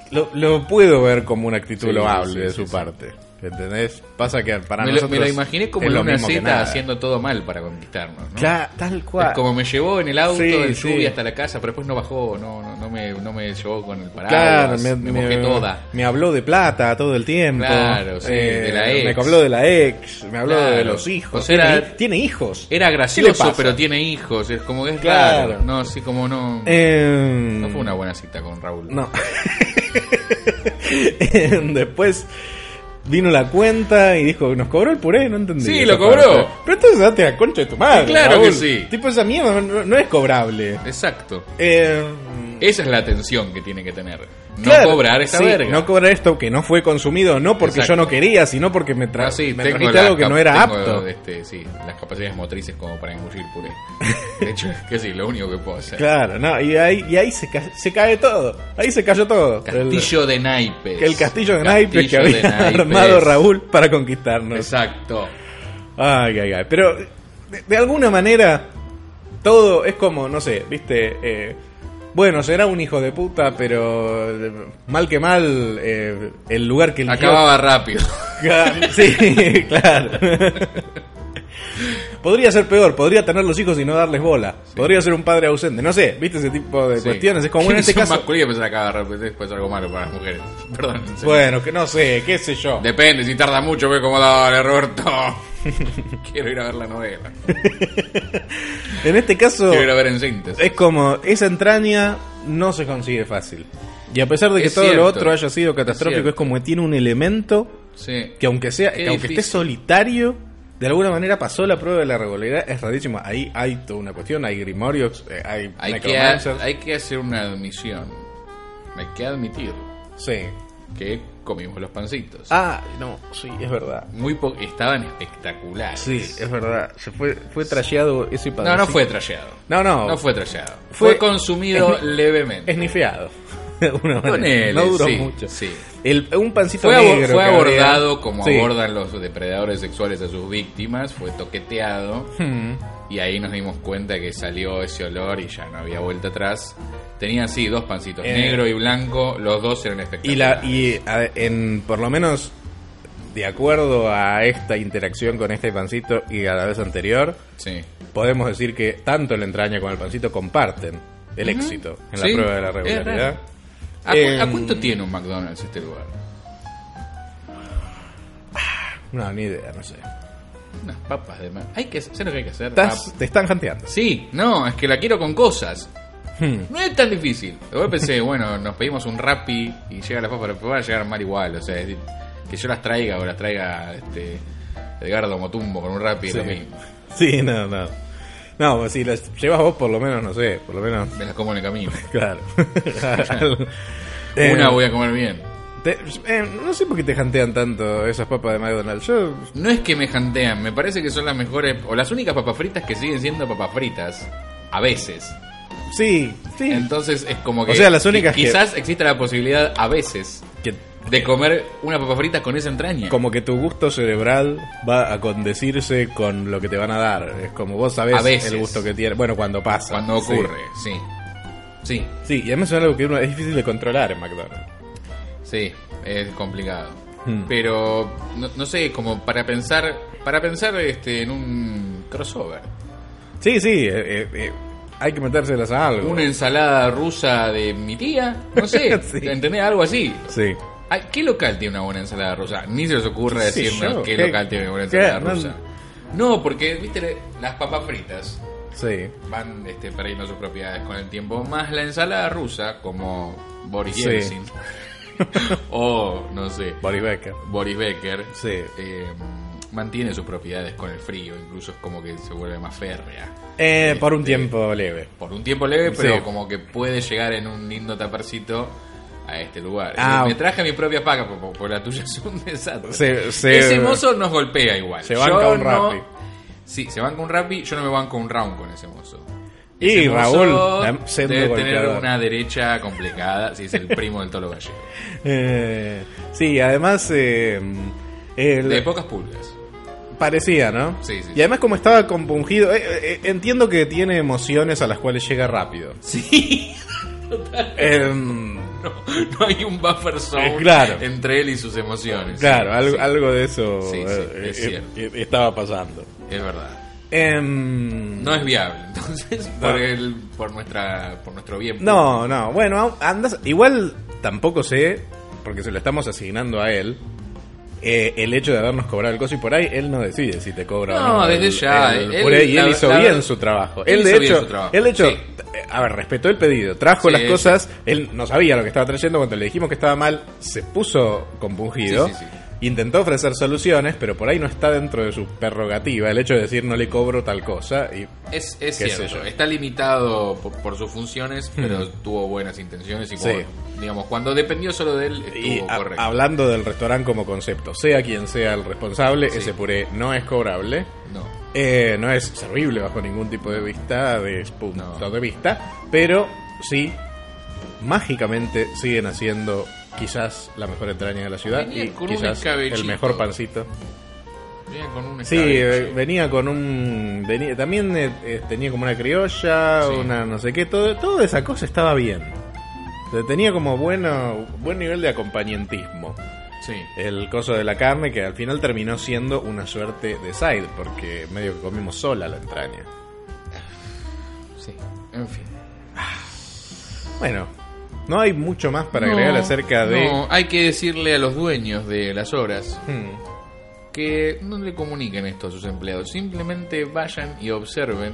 [SPEAKER 3] lo, lo puedo ver como una actitud
[SPEAKER 2] Sí,
[SPEAKER 3] loable
[SPEAKER 2] sí,
[SPEAKER 3] de
[SPEAKER 2] sí,
[SPEAKER 3] su
[SPEAKER 2] sí.
[SPEAKER 3] parte. ¿Entendés? Pasa que para
[SPEAKER 2] me, lo,
[SPEAKER 3] nosotros.
[SPEAKER 2] me lo imaginé como
[SPEAKER 3] es
[SPEAKER 2] en
[SPEAKER 3] lo
[SPEAKER 2] una
[SPEAKER 3] mismo que
[SPEAKER 2] cita
[SPEAKER 3] nada.
[SPEAKER 2] haciendo todo mal para conquistarnos. ¿no?
[SPEAKER 3] Claro, tal cual.
[SPEAKER 2] Es como me llevó en el auto,
[SPEAKER 3] Sí,
[SPEAKER 2] en
[SPEAKER 3] sí.
[SPEAKER 2] lluvia hasta la casa, pero después no bajó, no, no, no me, no me llevó con el
[SPEAKER 3] Claro,
[SPEAKER 2] paraguas,
[SPEAKER 3] me,
[SPEAKER 2] me,
[SPEAKER 3] me-
[SPEAKER 2] mojé toda.
[SPEAKER 3] me habló de plata todo el tiempo. Eh,
[SPEAKER 2] Claro, sí, de la ex.
[SPEAKER 3] Me habló de la ex, me habló
[SPEAKER 2] Claro.
[SPEAKER 3] de los hijos.
[SPEAKER 2] O sea, era-
[SPEAKER 3] tiene, tiene hijos.
[SPEAKER 2] Era
[SPEAKER 3] ¿Qué le
[SPEAKER 2] gracioso,
[SPEAKER 3] pasa?
[SPEAKER 2] pero tiene hijos, es como que es
[SPEAKER 3] Claro.
[SPEAKER 2] raro. No, así como no...
[SPEAKER 3] Em,
[SPEAKER 2] No fue una buena cita con Raúl.
[SPEAKER 3] No. [LAUGHS] Después vino la cuenta y dijo, nos cobró el puré, no entendí.
[SPEAKER 2] Sí,
[SPEAKER 3] esa
[SPEAKER 2] lo cobró.
[SPEAKER 3] parte. Pero entonces date a concha de tu madre.
[SPEAKER 2] Sí, claro
[SPEAKER 3] Raúl.
[SPEAKER 2] que sí.
[SPEAKER 3] Tipo esa mierda no, no es cobrable.
[SPEAKER 2] Exacto.
[SPEAKER 3] Eh,
[SPEAKER 2] Esa es la atención que tiene que tener. No
[SPEAKER 3] claro,
[SPEAKER 2] cobrar esa
[SPEAKER 3] sí,
[SPEAKER 2] verga.
[SPEAKER 3] No cobrar esto que no fue consumido, no porque
[SPEAKER 2] Exacto.
[SPEAKER 3] yo no quería, sino porque me, tra-
[SPEAKER 2] Ah, sí,
[SPEAKER 3] me
[SPEAKER 2] tengo
[SPEAKER 3] trajiste
[SPEAKER 2] las
[SPEAKER 3] algo que
[SPEAKER 2] cap-
[SPEAKER 3] no era
[SPEAKER 2] tengo,
[SPEAKER 3] apto.
[SPEAKER 2] Este, sí, las capacidades motrices como para engullir
[SPEAKER 3] [LAUGHS]
[SPEAKER 2] puré. De hecho, es que sí, lo único que puedo hacer.
[SPEAKER 3] Claro, no, y ahí, y ahí se, ca- se cae todo. Ahí se cayó todo. El-
[SPEAKER 2] Castillo de naipes.
[SPEAKER 3] El, castillo de naipes que
[SPEAKER 2] Castillo de
[SPEAKER 3] había
[SPEAKER 2] naipes.
[SPEAKER 3] [LAUGHS] armado Raúl para conquistarnos.
[SPEAKER 2] Exacto.
[SPEAKER 3] Ay, ay, ay. Pero de, de alguna manera todo es como, no sé, viste. eh, bueno, será un hijo de puta, pero eh, mal que mal, eh, el lugar que eligió- [LAUGHS]
[SPEAKER 2] Acababa rápido.
[SPEAKER 3] Sí, [LAUGHS] claro. podría ser peor, podría tener los hijos y no darles bola. Podría ser un padre ausente, no sé, viste ese tipo de
[SPEAKER 2] Sí.
[SPEAKER 3] cuestiones.
[SPEAKER 2] [LAUGHS]
[SPEAKER 3] Es como en
[SPEAKER 2] ¿Quiénes
[SPEAKER 3] este
[SPEAKER 2] son
[SPEAKER 3] caso.
[SPEAKER 2] masculinos pensar acaba rápido. Después algo malo para las mujeres. [LAUGHS] Perdón. en serio.
[SPEAKER 3] Bueno, que no sé, qué sé yo.
[SPEAKER 2] Depende, si tarda mucho, ve como dale, Roberto. [LAUGHS] Quiero ir a ver la novela.
[SPEAKER 3] En este caso.
[SPEAKER 2] Quiero ir a ver en síntesis.
[SPEAKER 3] Es como, esa entraña no se consigue fácil. Y a pesar de que
[SPEAKER 2] Es
[SPEAKER 3] todo lo
[SPEAKER 2] cierto.
[SPEAKER 3] otro haya sido catastrófico, es,
[SPEAKER 2] cierto.
[SPEAKER 3] como que tiene un elemento
[SPEAKER 2] Sí.
[SPEAKER 3] que aunque sea,
[SPEAKER 2] Qué
[SPEAKER 3] que aunque esté
[SPEAKER 2] difícil.
[SPEAKER 3] solitario, de alguna manera pasó la prueba de la regularidad. Es rarísimo. Ahí hay toda una cuestión, hay grimorios, eh, hay,
[SPEAKER 2] Hay que,
[SPEAKER 3] necromancers.
[SPEAKER 2] hay que hacer una admisión. Hay que admitir
[SPEAKER 3] Sí.
[SPEAKER 2] que comimos los pancitos.
[SPEAKER 3] Ah, no, sí, es verdad.
[SPEAKER 2] Muy po- estaban espectaculares.
[SPEAKER 3] Sí, es verdad. Se fue, fue trasheado ese padre.
[SPEAKER 2] No, no fue trasheado.
[SPEAKER 3] No, no.
[SPEAKER 2] No fue trasheado.
[SPEAKER 3] Fue-
[SPEAKER 2] Fue, consumido
[SPEAKER 3] es-
[SPEAKER 2] levemente.
[SPEAKER 3] Esnifeado. [LAUGHS] De alguna manera.
[SPEAKER 2] Ponele,
[SPEAKER 3] no duró
[SPEAKER 2] sí,
[SPEAKER 3] mucho.
[SPEAKER 2] sí.
[SPEAKER 3] El- un pancito
[SPEAKER 2] fue, abo-
[SPEAKER 3] negro.
[SPEAKER 2] fue
[SPEAKER 3] que había-
[SPEAKER 2] abordado como
[SPEAKER 3] Sí.
[SPEAKER 2] abordan los depredadores sexuales a sus víctimas, fue toqueteado
[SPEAKER 3] Hmm.
[SPEAKER 2] y ahí nos dimos cuenta que salió ese olor y ya no había vuelta atrás. Tenía así dos pancitos,
[SPEAKER 3] Eh.
[SPEAKER 2] negro y blanco, los dos eran espectaculares.
[SPEAKER 3] Y, la, y a- en, por lo menos, de acuerdo a esta interacción con este pancito y a la vez anterior,
[SPEAKER 2] Sí.
[SPEAKER 3] podemos decir que tanto la entraña como el pancito comparten el éxito en la
[SPEAKER 2] Sí,
[SPEAKER 3] prueba de la
[SPEAKER 2] es
[SPEAKER 3] regularidad.
[SPEAKER 2] raro. ¿A, cu-
[SPEAKER 3] Eh,
[SPEAKER 2] a cuánto tiene un McDonald's este lugar?
[SPEAKER 3] No, ni idea, no sé.
[SPEAKER 2] Unas papas de mar. Hay que, ¿Sabes lo que hay que hacer?
[SPEAKER 3] Estás-
[SPEAKER 2] Ah,
[SPEAKER 3] te están janteando.
[SPEAKER 2] sí, no, es que la quiero con cosas.
[SPEAKER 3] Hmm.
[SPEAKER 2] No es tan difícil. Luego pensé, [LAUGHS] bueno, nos pedimos un Rappi y llega la papa, pero va a llegar mal igual. O sea, es decir, que yo las traiga o las traiga este, Edgardo Motumbo con un Rappi es
[SPEAKER 3] Sí.
[SPEAKER 2] lo mismo.
[SPEAKER 3] Sí, no, no. No, pues si las llevas vos, por lo menos, no sé, por lo menos, [LAUGHS]
[SPEAKER 2] Me las como en el camino.
[SPEAKER 3] claro.
[SPEAKER 2] Una
[SPEAKER 3] Eh,
[SPEAKER 2] voy a comer bien.
[SPEAKER 3] te- eh, no sé por qué te jantean tanto esas papas de McDonald's. Yo
[SPEAKER 2] No es que me jantean, me parece que son las mejores o las únicas papas fritas que siguen siendo papas fritas. A veces.
[SPEAKER 3] Sí, sí.
[SPEAKER 2] Entonces es como que.
[SPEAKER 3] O sea, las únicas
[SPEAKER 2] qui-
[SPEAKER 3] que-
[SPEAKER 2] Quizás exista la posibilidad a veces
[SPEAKER 3] que
[SPEAKER 2] de comer una papa frita con esa entraña.
[SPEAKER 3] Como que tu gusto cerebral va a condecirse con lo que te van a dar. Es como vos sabés
[SPEAKER 2] A veces.
[SPEAKER 3] el gusto que tiene. Bueno, cuando pasa.
[SPEAKER 2] Cuando
[SPEAKER 3] Sí.
[SPEAKER 2] ocurre, sí. Sí,
[SPEAKER 3] Sí, y además es algo que uno- es difícil de controlar en McDonald's.
[SPEAKER 2] sí, es complicado.
[SPEAKER 3] Hmm.
[SPEAKER 2] Pero no, no sé, como para pensar, para pensar este en un crossover.
[SPEAKER 3] Sí, sí, eh, eh, eh, hay que metérselas a algo.
[SPEAKER 2] Una ensalada rusa de mi tía, no sé,
[SPEAKER 3] [LAUGHS] Sí.
[SPEAKER 2] ¿entendés? Algo así.
[SPEAKER 3] Sí.
[SPEAKER 2] Ay, ¿Qué local tiene una buena ensalada rusa? Ni se les ocurre
[SPEAKER 3] ¿Qué sé
[SPEAKER 2] decirnos
[SPEAKER 3] yo?
[SPEAKER 2] qué,
[SPEAKER 3] ¿Qué-
[SPEAKER 2] local tiene una buena
[SPEAKER 3] qué?
[SPEAKER 2] ensalada
[SPEAKER 3] No-
[SPEAKER 2] rusa. No, porque, viste, le- las papas fritas
[SPEAKER 3] Sí.
[SPEAKER 2] van este, perdiendo sus propiedades con el tiempo, más la ensalada rusa, como Boris
[SPEAKER 3] Sí. [LAUGHS]
[SPEAKER 2] Yeltsin. o, no sé,
[SPEAKER 3] Boris Becker.
[SPEAKER 2] Boris Becker.
[SPEAKER 3] Sí.
[SPEAKER 2] eh, mantiene sus propiedades con el frío, incluso es como que se vuelve más férrea.
[SPEAKER 3] Eh, por un
[SPEAKER 2] Este,
[SPEAKER 3] tiempo leve.
[SPEAKER 2] Por un tiempo leve, pero
[SPEAKER 3] Sí.
[SPEAKER 2] como que puede llegar en un lindo tapercito a este lugar.
[SPEAKER 3] Ah.
[SPEAKER 2] Eh, me traje mi propia paga, por, por la tuya [LAUGHS] es un desastre.
[SPEAKER 3] Se- se-
[SPEAKER 2] Ese mozo nos golpea igual.
[SPEAKER 3] Se banca un
[SPEAKER 2] no-
[SPEAKER 3] Rappi.
[SPEAKER 2] Sí, se banca un rapi, yo no me banco un round con ese mozo.
[SPEAKER 3] Y
[SPEAKER 2] Ese mozo
[SPEAKER 3] Raúl, la- siendo
[SPEAKER 2] debe tener
[SPEAKER 3] golpeador.
[SPEAKER 2] una derecha complicada, si es el primo del Tolo
[SPEAKER 3] [LAUGHS]
[SPEAKER 2] Gallego.
[SPEAKER 3] Eh, sí, además eh, el-
[SPEAKER 2] De pocas pulgas.
[SPEAKER 3] parecía, ¿no?
[SPEAKER 2] Sí, sí,
[SPEAKER 3] Y además como estaba compungido, eh, eh, entiendo que tiene emociones a las cuales llega rápido.
[SPEAKER 2] Sí.
[SPEAKER 3] Em,
[SPEAKER 2] No, [LAUGHS] no hay un buffer zone
[SPEAKER 3] Eh, claro.
[SPEAKER 2] entre él y sus emociones.
[SPEAKER 3] claro,
[SPEAKER 2] Sí,
[SPEAKER 3] algo,
[SPEAKER 2] sí,
[SPEAKER 3] algo de eso
[SPEAKER 2] Sí, sí,
[SPEAKER 3] eh,
[SPEAKER 2] es
[SPEAKER 3] eh,
[SPEAKER 2] cierto.
[SPEAKER 3] eh, estaba pasando.
[SPEAKER 2] Es verdad.
[SPEAKER 3] Em,
[SPEAKER 2] No es viable, [LAUGHS] entonces, por, el, por, nuestra, por nuestro bien.
[SPEAKER 3] No, no. Bueno, andas. Igual tampoco sé, porque se lo estamos asignando a él. eh, el hecho de habernos cobrado el coso y por ahí él no decide si te cobra o
[SPEAKER 2] No,
[SPEAKER 3] no.
[SPEAKER 2] desde
[SPEAKER 3] el-
[SPEAKER 2] ya,
[SPEAKER 3] el
[SPEAKER 2] él-
[SPEAKER 3] puré, y él
[SPEAKER 2] la-
[SPEAKER 3] hizo
[SPEAKER 2] la-
[SPEAKER 3] bien su trabajo.
[SPEAKER 2] él
[SPEAKER 3] Él, de
[SPEAKER 2] hizo bien su
[SPEAKER 3] hecho,
[SPEAKER 2] trabajo,
[SPEAKER 3] él de hecho,
[SPEAKER 2] sí.
[SPEAKER 3] a ver, respetó el pedido, trajo
[SPEAKER 2] Sí,
[SPEAKER 3] las
[SPEAKER 2] sí.
[SPEAKER 3] cosas. Él no sabía lo que estaba trayendo cuando le dijimos que estaba mal, se puso compungido.
[SPEAKER 2] Sí, sí, sí.
[SPEAKER 3] Intentó ofrecer soluciones, pero por ahí no está dentro de su prerrogativa el hecho de decir no le cobro tal cosa y
[SPEAKER 2] Es, es
[SPEAKER 3] Qué sé
[SPEAKER 2] cierto,
[SPEAKER 3] yo. Hmm.
[SPEAKER 2] está limitado por, por sus funciones, pero tuvo buenas intenciones y,
[SPEAKER 3] Sí.
[SPEAKER 2] como- digamos, cuando dependió solo de él,
[SPEAKER 3] Y
[SPEAKER 2] estuvo
[SPEAKER 3] a-
[SPEAKER 2] correcto.
[SPEAKER 3] hablando del restaurante como concepto, sea quien sea el responsable,
[SPEAKER 2] Sí.
[SPEAKER 3] ese puré no es cobrable,
[SPEAKER 2] No.
[SPEAKER 3] eh, no es servible bajo ningún tipo de vista, de punto
[SPEAKER 2] No.
[SPEAKER 3] de vista, pero sí, mágicamente siguen haciendo quizás la mejor entraña de la ciudad
[SPEAKER 2] Venían
[SPEAKER 3] y
[SPEAKER 2] con un
[SPEAKER 3] quizás
[SPEAKER 2] escabechito.
[SPEAKER 3] el mejor pancito.
[SPEAKER 2] Venía con un
[SPEAKER 3] Sí, eh,
[SPEAKER 2] escabeche.
[SPEAKER 3] venía con un... venía- también eh, eh, tenía como una criolla,
[SPEAKER 2] Sí.
[SPEAKER 3] una no sé qué, todo, toda esa cosa estaba bien. Tenía como bueno, buen nivel de acompañantismo
[SPEAKER 2] Sí.
[SPEAKER 3] el coso de la carne que al final terminó siendo una suerte de side porque medio que comimos sola la entraña.
[SPEAKER 2] sí. En fin.
[SPEAKER 3] Bueno, no hay mucho más para agregar
[SPEAKER 2] No,
[SPEAKER 3] acerca de
[SPEAKER 2] No, hay que decirle a los dueños de las obras
[SPEAKER 3] Hmm,
[SPEAKER 2] que no le comuniquen esto a sus empleados. Simplemente vayan y observen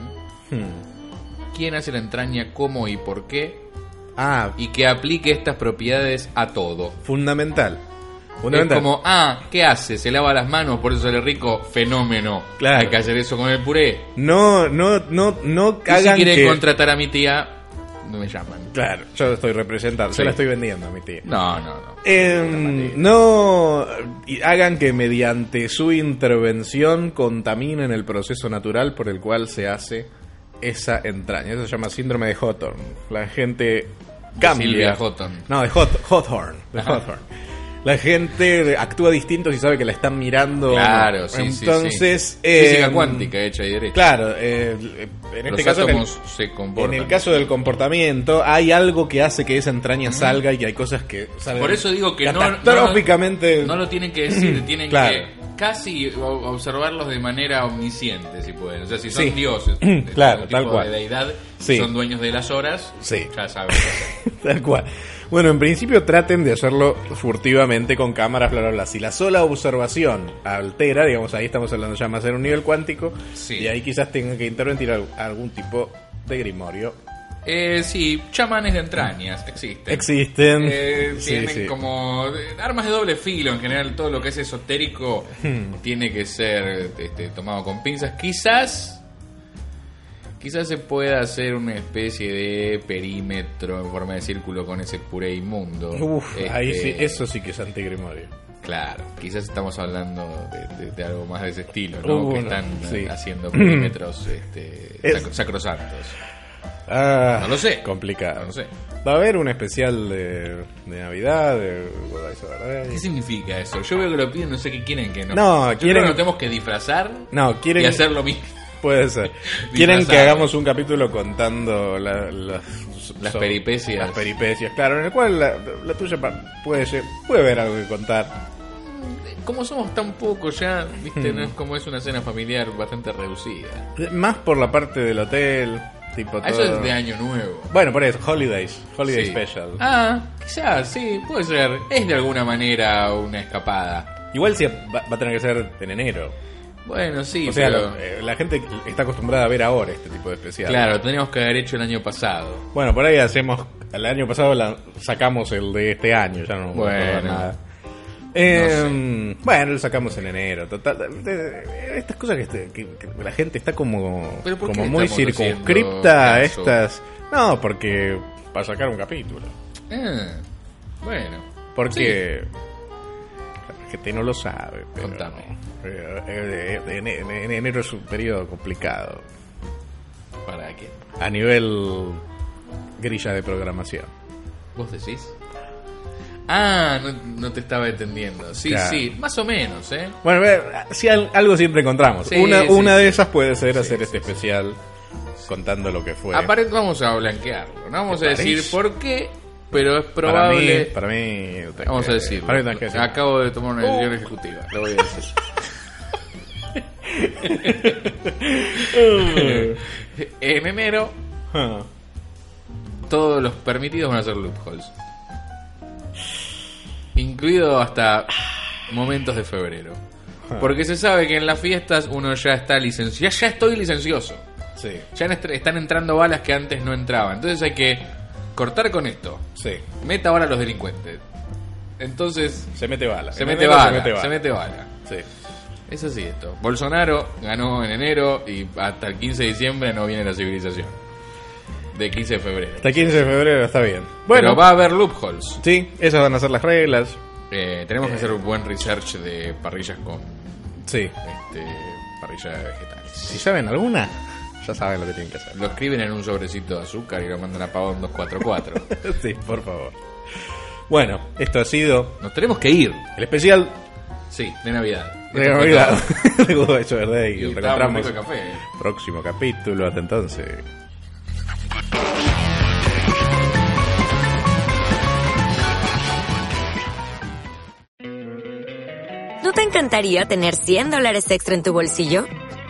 [SPEAKER 3] hmm.
[SPEAKER 2] quién hace la entraña, cómo y por qué,
[SPEAKER 3] Ah,
[SPEAKER 2] y que aplique estas propiedades a todo.
[SPEAKER 3] fundamental.
[SPEAKER 2] Es
[SPEAKER 3] Fundamental.
[SPEAKER 2] como, ah, ¿qué hace? Se lava las manos, por eso sale rico. Fenómeno.
[SPEAKER 3] Claro.
[SPEAKER 2] Hay que hacer eso con el puré.
[SPEAKER 3] No, no, no, no
[SPEAKER 2] Y si
[SPEAKER 3] hagan
[SPEAKER 2] quiere
[SPEAKER 3] que-
[SPEAKER 2] contratar a mi tía, no me llaman.
[SPEAKER 3] Claro, yo lo estoy representando,
[SPEAKER 2] Sí.
[SPEAKER 3] se la estoy vendiendo a mi tía.
[SPEAKER 2] No, no, no.
[SPEAKER 3] Em, no y hagan que mediante su intervención contaminen el proceso natural por el cual se hace esa entraña. Eso se llama síndrome de Hawthorne. La gente cambia.
[SPEAKER 2] Silvia Hawthorne.
[SPEAKER 3] No, de Hawth- Hawthorne. de Hawthorne. La gente actúa distinto si sabe que la están mirando.
[SPEAKER 2] Claro, sí, sí, sí.
[SPEAKER 3] Entonces,
[SPEAKER 2] Física
[SPEAKER 3] em,
[SPEAKER 2] cuántica hecha y derecha.
[SPEAKER 3] Claro, eh, en este
[SPEAKER 2] Los
[SPEAKER 3] caso en el-
[SPEAKER 2] átomos se comportan.
[SPEAKER 3] en el caso del comportamiento, hay algo que hace que esa entraña salga y que hay cosas que salen.
[SPEAKER 2] Por eso digo que no-
[SPEAKER 3] catastróficamente.
[SPEAKER 2] No lo tienen que
[SPEAKER 3] [CLEARS THROAT]
[SPEAKER 2] decir, tienen
[SPEAKER 3] Claro.
[SPEAKER 2] que casi o- observarlos de manera omnisciente, si pueden. O sea, si son
[SPEAKER 3] Sí. [CLEARS THROAT]
[SPEAKER 2] dioses, de
[SPEAKER 3] Claro,
[SPEAKER 2] algún
[SPEAKER 3] tal
[SPEAKER 2] tipo
[SPEAKER 3] cual.
[SPEAKER 2] de deidad,
[SPEAKER 3] Sí.
[SPEAKER 2] son dueños de las horas,
[SPEAKER 3] Sí.
[SPEAKER 2] ya saben. qué hacer.
[SPEAKER 3] [LAUGHS] Tal cual. Bueno, en principio traten de hacerlo furtivamente con cámaras, bla, bla, bla. Si la sola observación altera, digamos, ahí estamos hablando ya más en un nivel cuántico,
[SPEAKER 2] Sí.
[SPEAKER 3] y ahí quizás tengan que intervenir al- algún tipo de grimorio.
[SPEAKER 2] Eh, sí, chamanes de entrañas existen.
[SPEAKER 3] Existen.
[SPEAKER 2] Eh,
[SPEAKER 3] [LAUGHS] Sí,
[SPEAKER 2] tienen
[SPEAKER 3] sí.
[SPEAKER 2] como eh, armas de doble filo en general, todo lo que es esotérico
[SPEAKER 3] Hmm.
[SPEAKER 2] tiene que ser este, tomado con pinzas. Quizás, quizás se pueda hacer una especie de perímetro en forma de círculo con ese puré inmundo.
[SPEAKER 3] Uf,
[SPEAKER 2] Este,
[SPEAKER 3] ahí sí, eso sí que es antigrimorio.
[SPEAKER 2] Claro, quizás estamos hablando de, de- de algo más de ese estilo, ¿no?
[SPEAKER 3] Uh,
[SPEAKER 2] que
[SPEAKER 3] no,
[SPEAKER 2] están eh,
[SPEAKER 3] sí. [CLEARS THROAT]
[SPEAKER 2] haciendo perímetros este,
[SPEAKER 3] Es-
[SPEAKER 2] sacro- sacrosantos.
[SPEAKER 3] Ah,
[SPEAKER 2] No lo sé.
[SPEAKER 3] Complicado.
[SPEAKER 2] No sé.
[SPEAKER 3] Va a haber un especial de, de Navidad, de Godai
[SPEAKER 2] ¿Qué
[SPEAKER 3] Saturday.
[SPEAKER 2] significa eso? Yo veo que lo piden, no sé qué quieren que no.
[SPEAKER 3] No,
[SPEAKER 2] Yo
[SPEAKER 3] quieren-
[SPEAKER 2] creo que nos tenemos que disfrazar
[SPEAKER 3] No, quieren.
[SPEAKER 2] y hacer lo mismo.
[SPEAKER 3] Puede
[SPEAKER 2] [LAUGHS]
[SPEAKER 3] ser. Quieren que
[SPEAKER 2] Disfrazado.
[SPEAKER 3] hagamos un capítulo contando la- la-
[SPEAKER 2] Las
[SPEAKER 3] so-
[SPEAKER 2] peripecias.
[SPEAKER 3] Las peripecias, claro, en el cual la, la tuya pa- puede, ser- puede haber algo que contar.
[SPEAKER 2] Como somos tan pocos ya, viste, no es como es una cena familiar bastante reducida.
[SPEAKER 3] Más por la parte del hotel, tipo
[SPEAKER 2] Ah,
[SPEAKER 3] todo.
[SPEAKER 2] Eso es de año nuevo.
[SPEAKER 3] Bueno, por eso, Holidays, Holiday
[SPEAKER 2] Sí.
[SPEAKER 3] Special.
[SPEAKER 2] Ah, quizás, sí, puede ser. Es de alguna manera una escapada.
[SPEAKER 3] Igual sí, va, va a tener que ser en enero.
[SPEAKER 2] Bueno, sí,
[SPEAKER 3] o sea,
[SPEAKER 2] pero-
[SPEAKER 3] lo- eh, la gente está acostumbrada a ver ahora este tipo de especiales.
[SPEAKER 2] Claro, lo teníamos que haber hecho el año pasado.
[SPEAKER 3] Bueno, por ahí hacemos. El año pasado la- sacamos el de este año, ya no me
[SPEAKER 2] Bueno.
[SPEAKER 3] acuerdo nada. Eh, Bueno, lo sacamos en enero. Total, de- de- estas cosas que, este- que- que la gente está como,
[SPEAKER 2] ¿Pero por qué
[SPEAKER 3] como muy
[SPEAKER 2] estamos
[SPEAKER 3] circunscripta a
[SPEAKER 2] haciendo
[SPEAKER 3] estas. No, porque. Para sacar un capítulo.
[SPEAKER 2] Ah, bueno.
[SPEAKER 3] Porque. La gente no lo sabe. pero-
[SPEAKER 2] Contame.
[SPEAKER 3] eh, eh, en- en- en enero es un periodo complicado.
[SPEAKER 2] ¿Para qué?
[SPEAKER 3] A nivel grilla de programación.
[SPEAKER 2] ¿Vos decís? Ah, no, no te estaba entendiendo. Sí,
[SPEAKER 3] Claro.
[SPEAKER 2] sí, más o menos, ¿eh?
[SPEAKER 3] Bueno, ve, si al- algo siempre encontramos.
[SPEAKER 2] Sí,
[SPEAKER 3] una
[SPEAKER 2] sí,
[SPEAKER 3] una
[SPEAKER 2] sí.
[SPEAKER 3] de esas puede ser
[SPEAKER 2] Sí,
[SPEAKER 3] hacer
[SPEAKER 2] sí,
[SPEAKER 3] este especial contando lo que fue.
[SPEAKER 2] Aparent- vamos a blanquearlo. No vamos a
[SPEAKER 3] ¿Te
[SPEAKER 2] decir
[SPEAKER 3] parece?
[SPEAKER 2] por qué, pero es
[SPEAKER 3] para mí,
[SPEAKER 2] probable.
[SPEAKER 3] para mí,
[SPEAKER 2] Vamos a
[SPEAKER 3] decir
[SPEAKER 2] decirlo.
[SPEAKER 3] Para mí tenés que Uh. decirlo.
[SPEAKER 2] Acabo de tomar una decisión ejecutiva, lo voy a decir.
[SPEAKER 3] [LAUGHS]
[SPEAKER 2] [LAUGHS] en enero,
[SPEAKER 3] Ah.
[SPEAKER 2] todos los permitidos van a ser loopholes. Incluido hasta momentos de febrero.
[SPEAKER 3] Ah.
[SPEAKER 2] Porque se sabe que en las fiestas uno ya está licenciado. Ya estoy licencioso.
[SPEAKER 3] Sí,
[SPEAKER 2] Ya en- están entrando balas que antes no entraban. Entonces hay que cortar con esto.
[SPEAKER 3] sí.
[SPEAKER 2] Meta ahora a los delincuentes. Entonces,
[SPEAKER 3] Se mete bala.
[SPEAKER 2] se
[SPEAKER 3] En
[SPEAKER 2] mete
[SPEAKER 3] enero
[SPEAKER 2] bala, se mete bala.
[SPEAKER 3] Sí.
[SPEAKER 2] Es así esto. Bolsonaro ganó en enero y hasta el 15 de diciembre no viene la civilización. De 15 de febrero.
[SPEAKER 3] Hasta 15 de febrero está bien.
[SPEAKER 2] Pero va a haber loopholes.
[SPEAKER 3] sí, esas van a ser las reglas.
[SPEAKER 2] Eh, tenemos que hacer un buen research de parrillas con
[SPEAKER 3] Sí.
[SPEAKER 2] este, parrilla de vegetales.
[SPEAKER 3] Si saben alguna, ya saben lo que tienen que hacer. [LAUGHS]
[SPEAKER 2] Lo escriben en un sobrecito de azúcar y lo mandan a Pavón 244.
[SPEAKER 3] sí, por favor. Bueno, esto ha sido
[SPEAKER 2] Nos tenemos que ir.
[SPEAKER 3] el especial
[SPEAKER 2] Sí, de Navidad.
[SPEAKER 3] de
[SPEAKER 2] Esto fue
[SPEAKER 3] Navidad. [LAUGHS]
[SPEAKER 2] todo.
[SPEAKER 3] de Good Vibes Verde y
[SPEAKER 2] Y
[SPEAKER 3] nos
[SPEAKER 2] estábamos rico
[SPEAKER 3] encontramos.
[SPEAKER 2] de café. eh.
[SPEAKER 3] próximo capítulo. Hasta entonces.
[SPEAKER 4] ¿No te encantaría tener 100 dólares extra en tu bolsillo?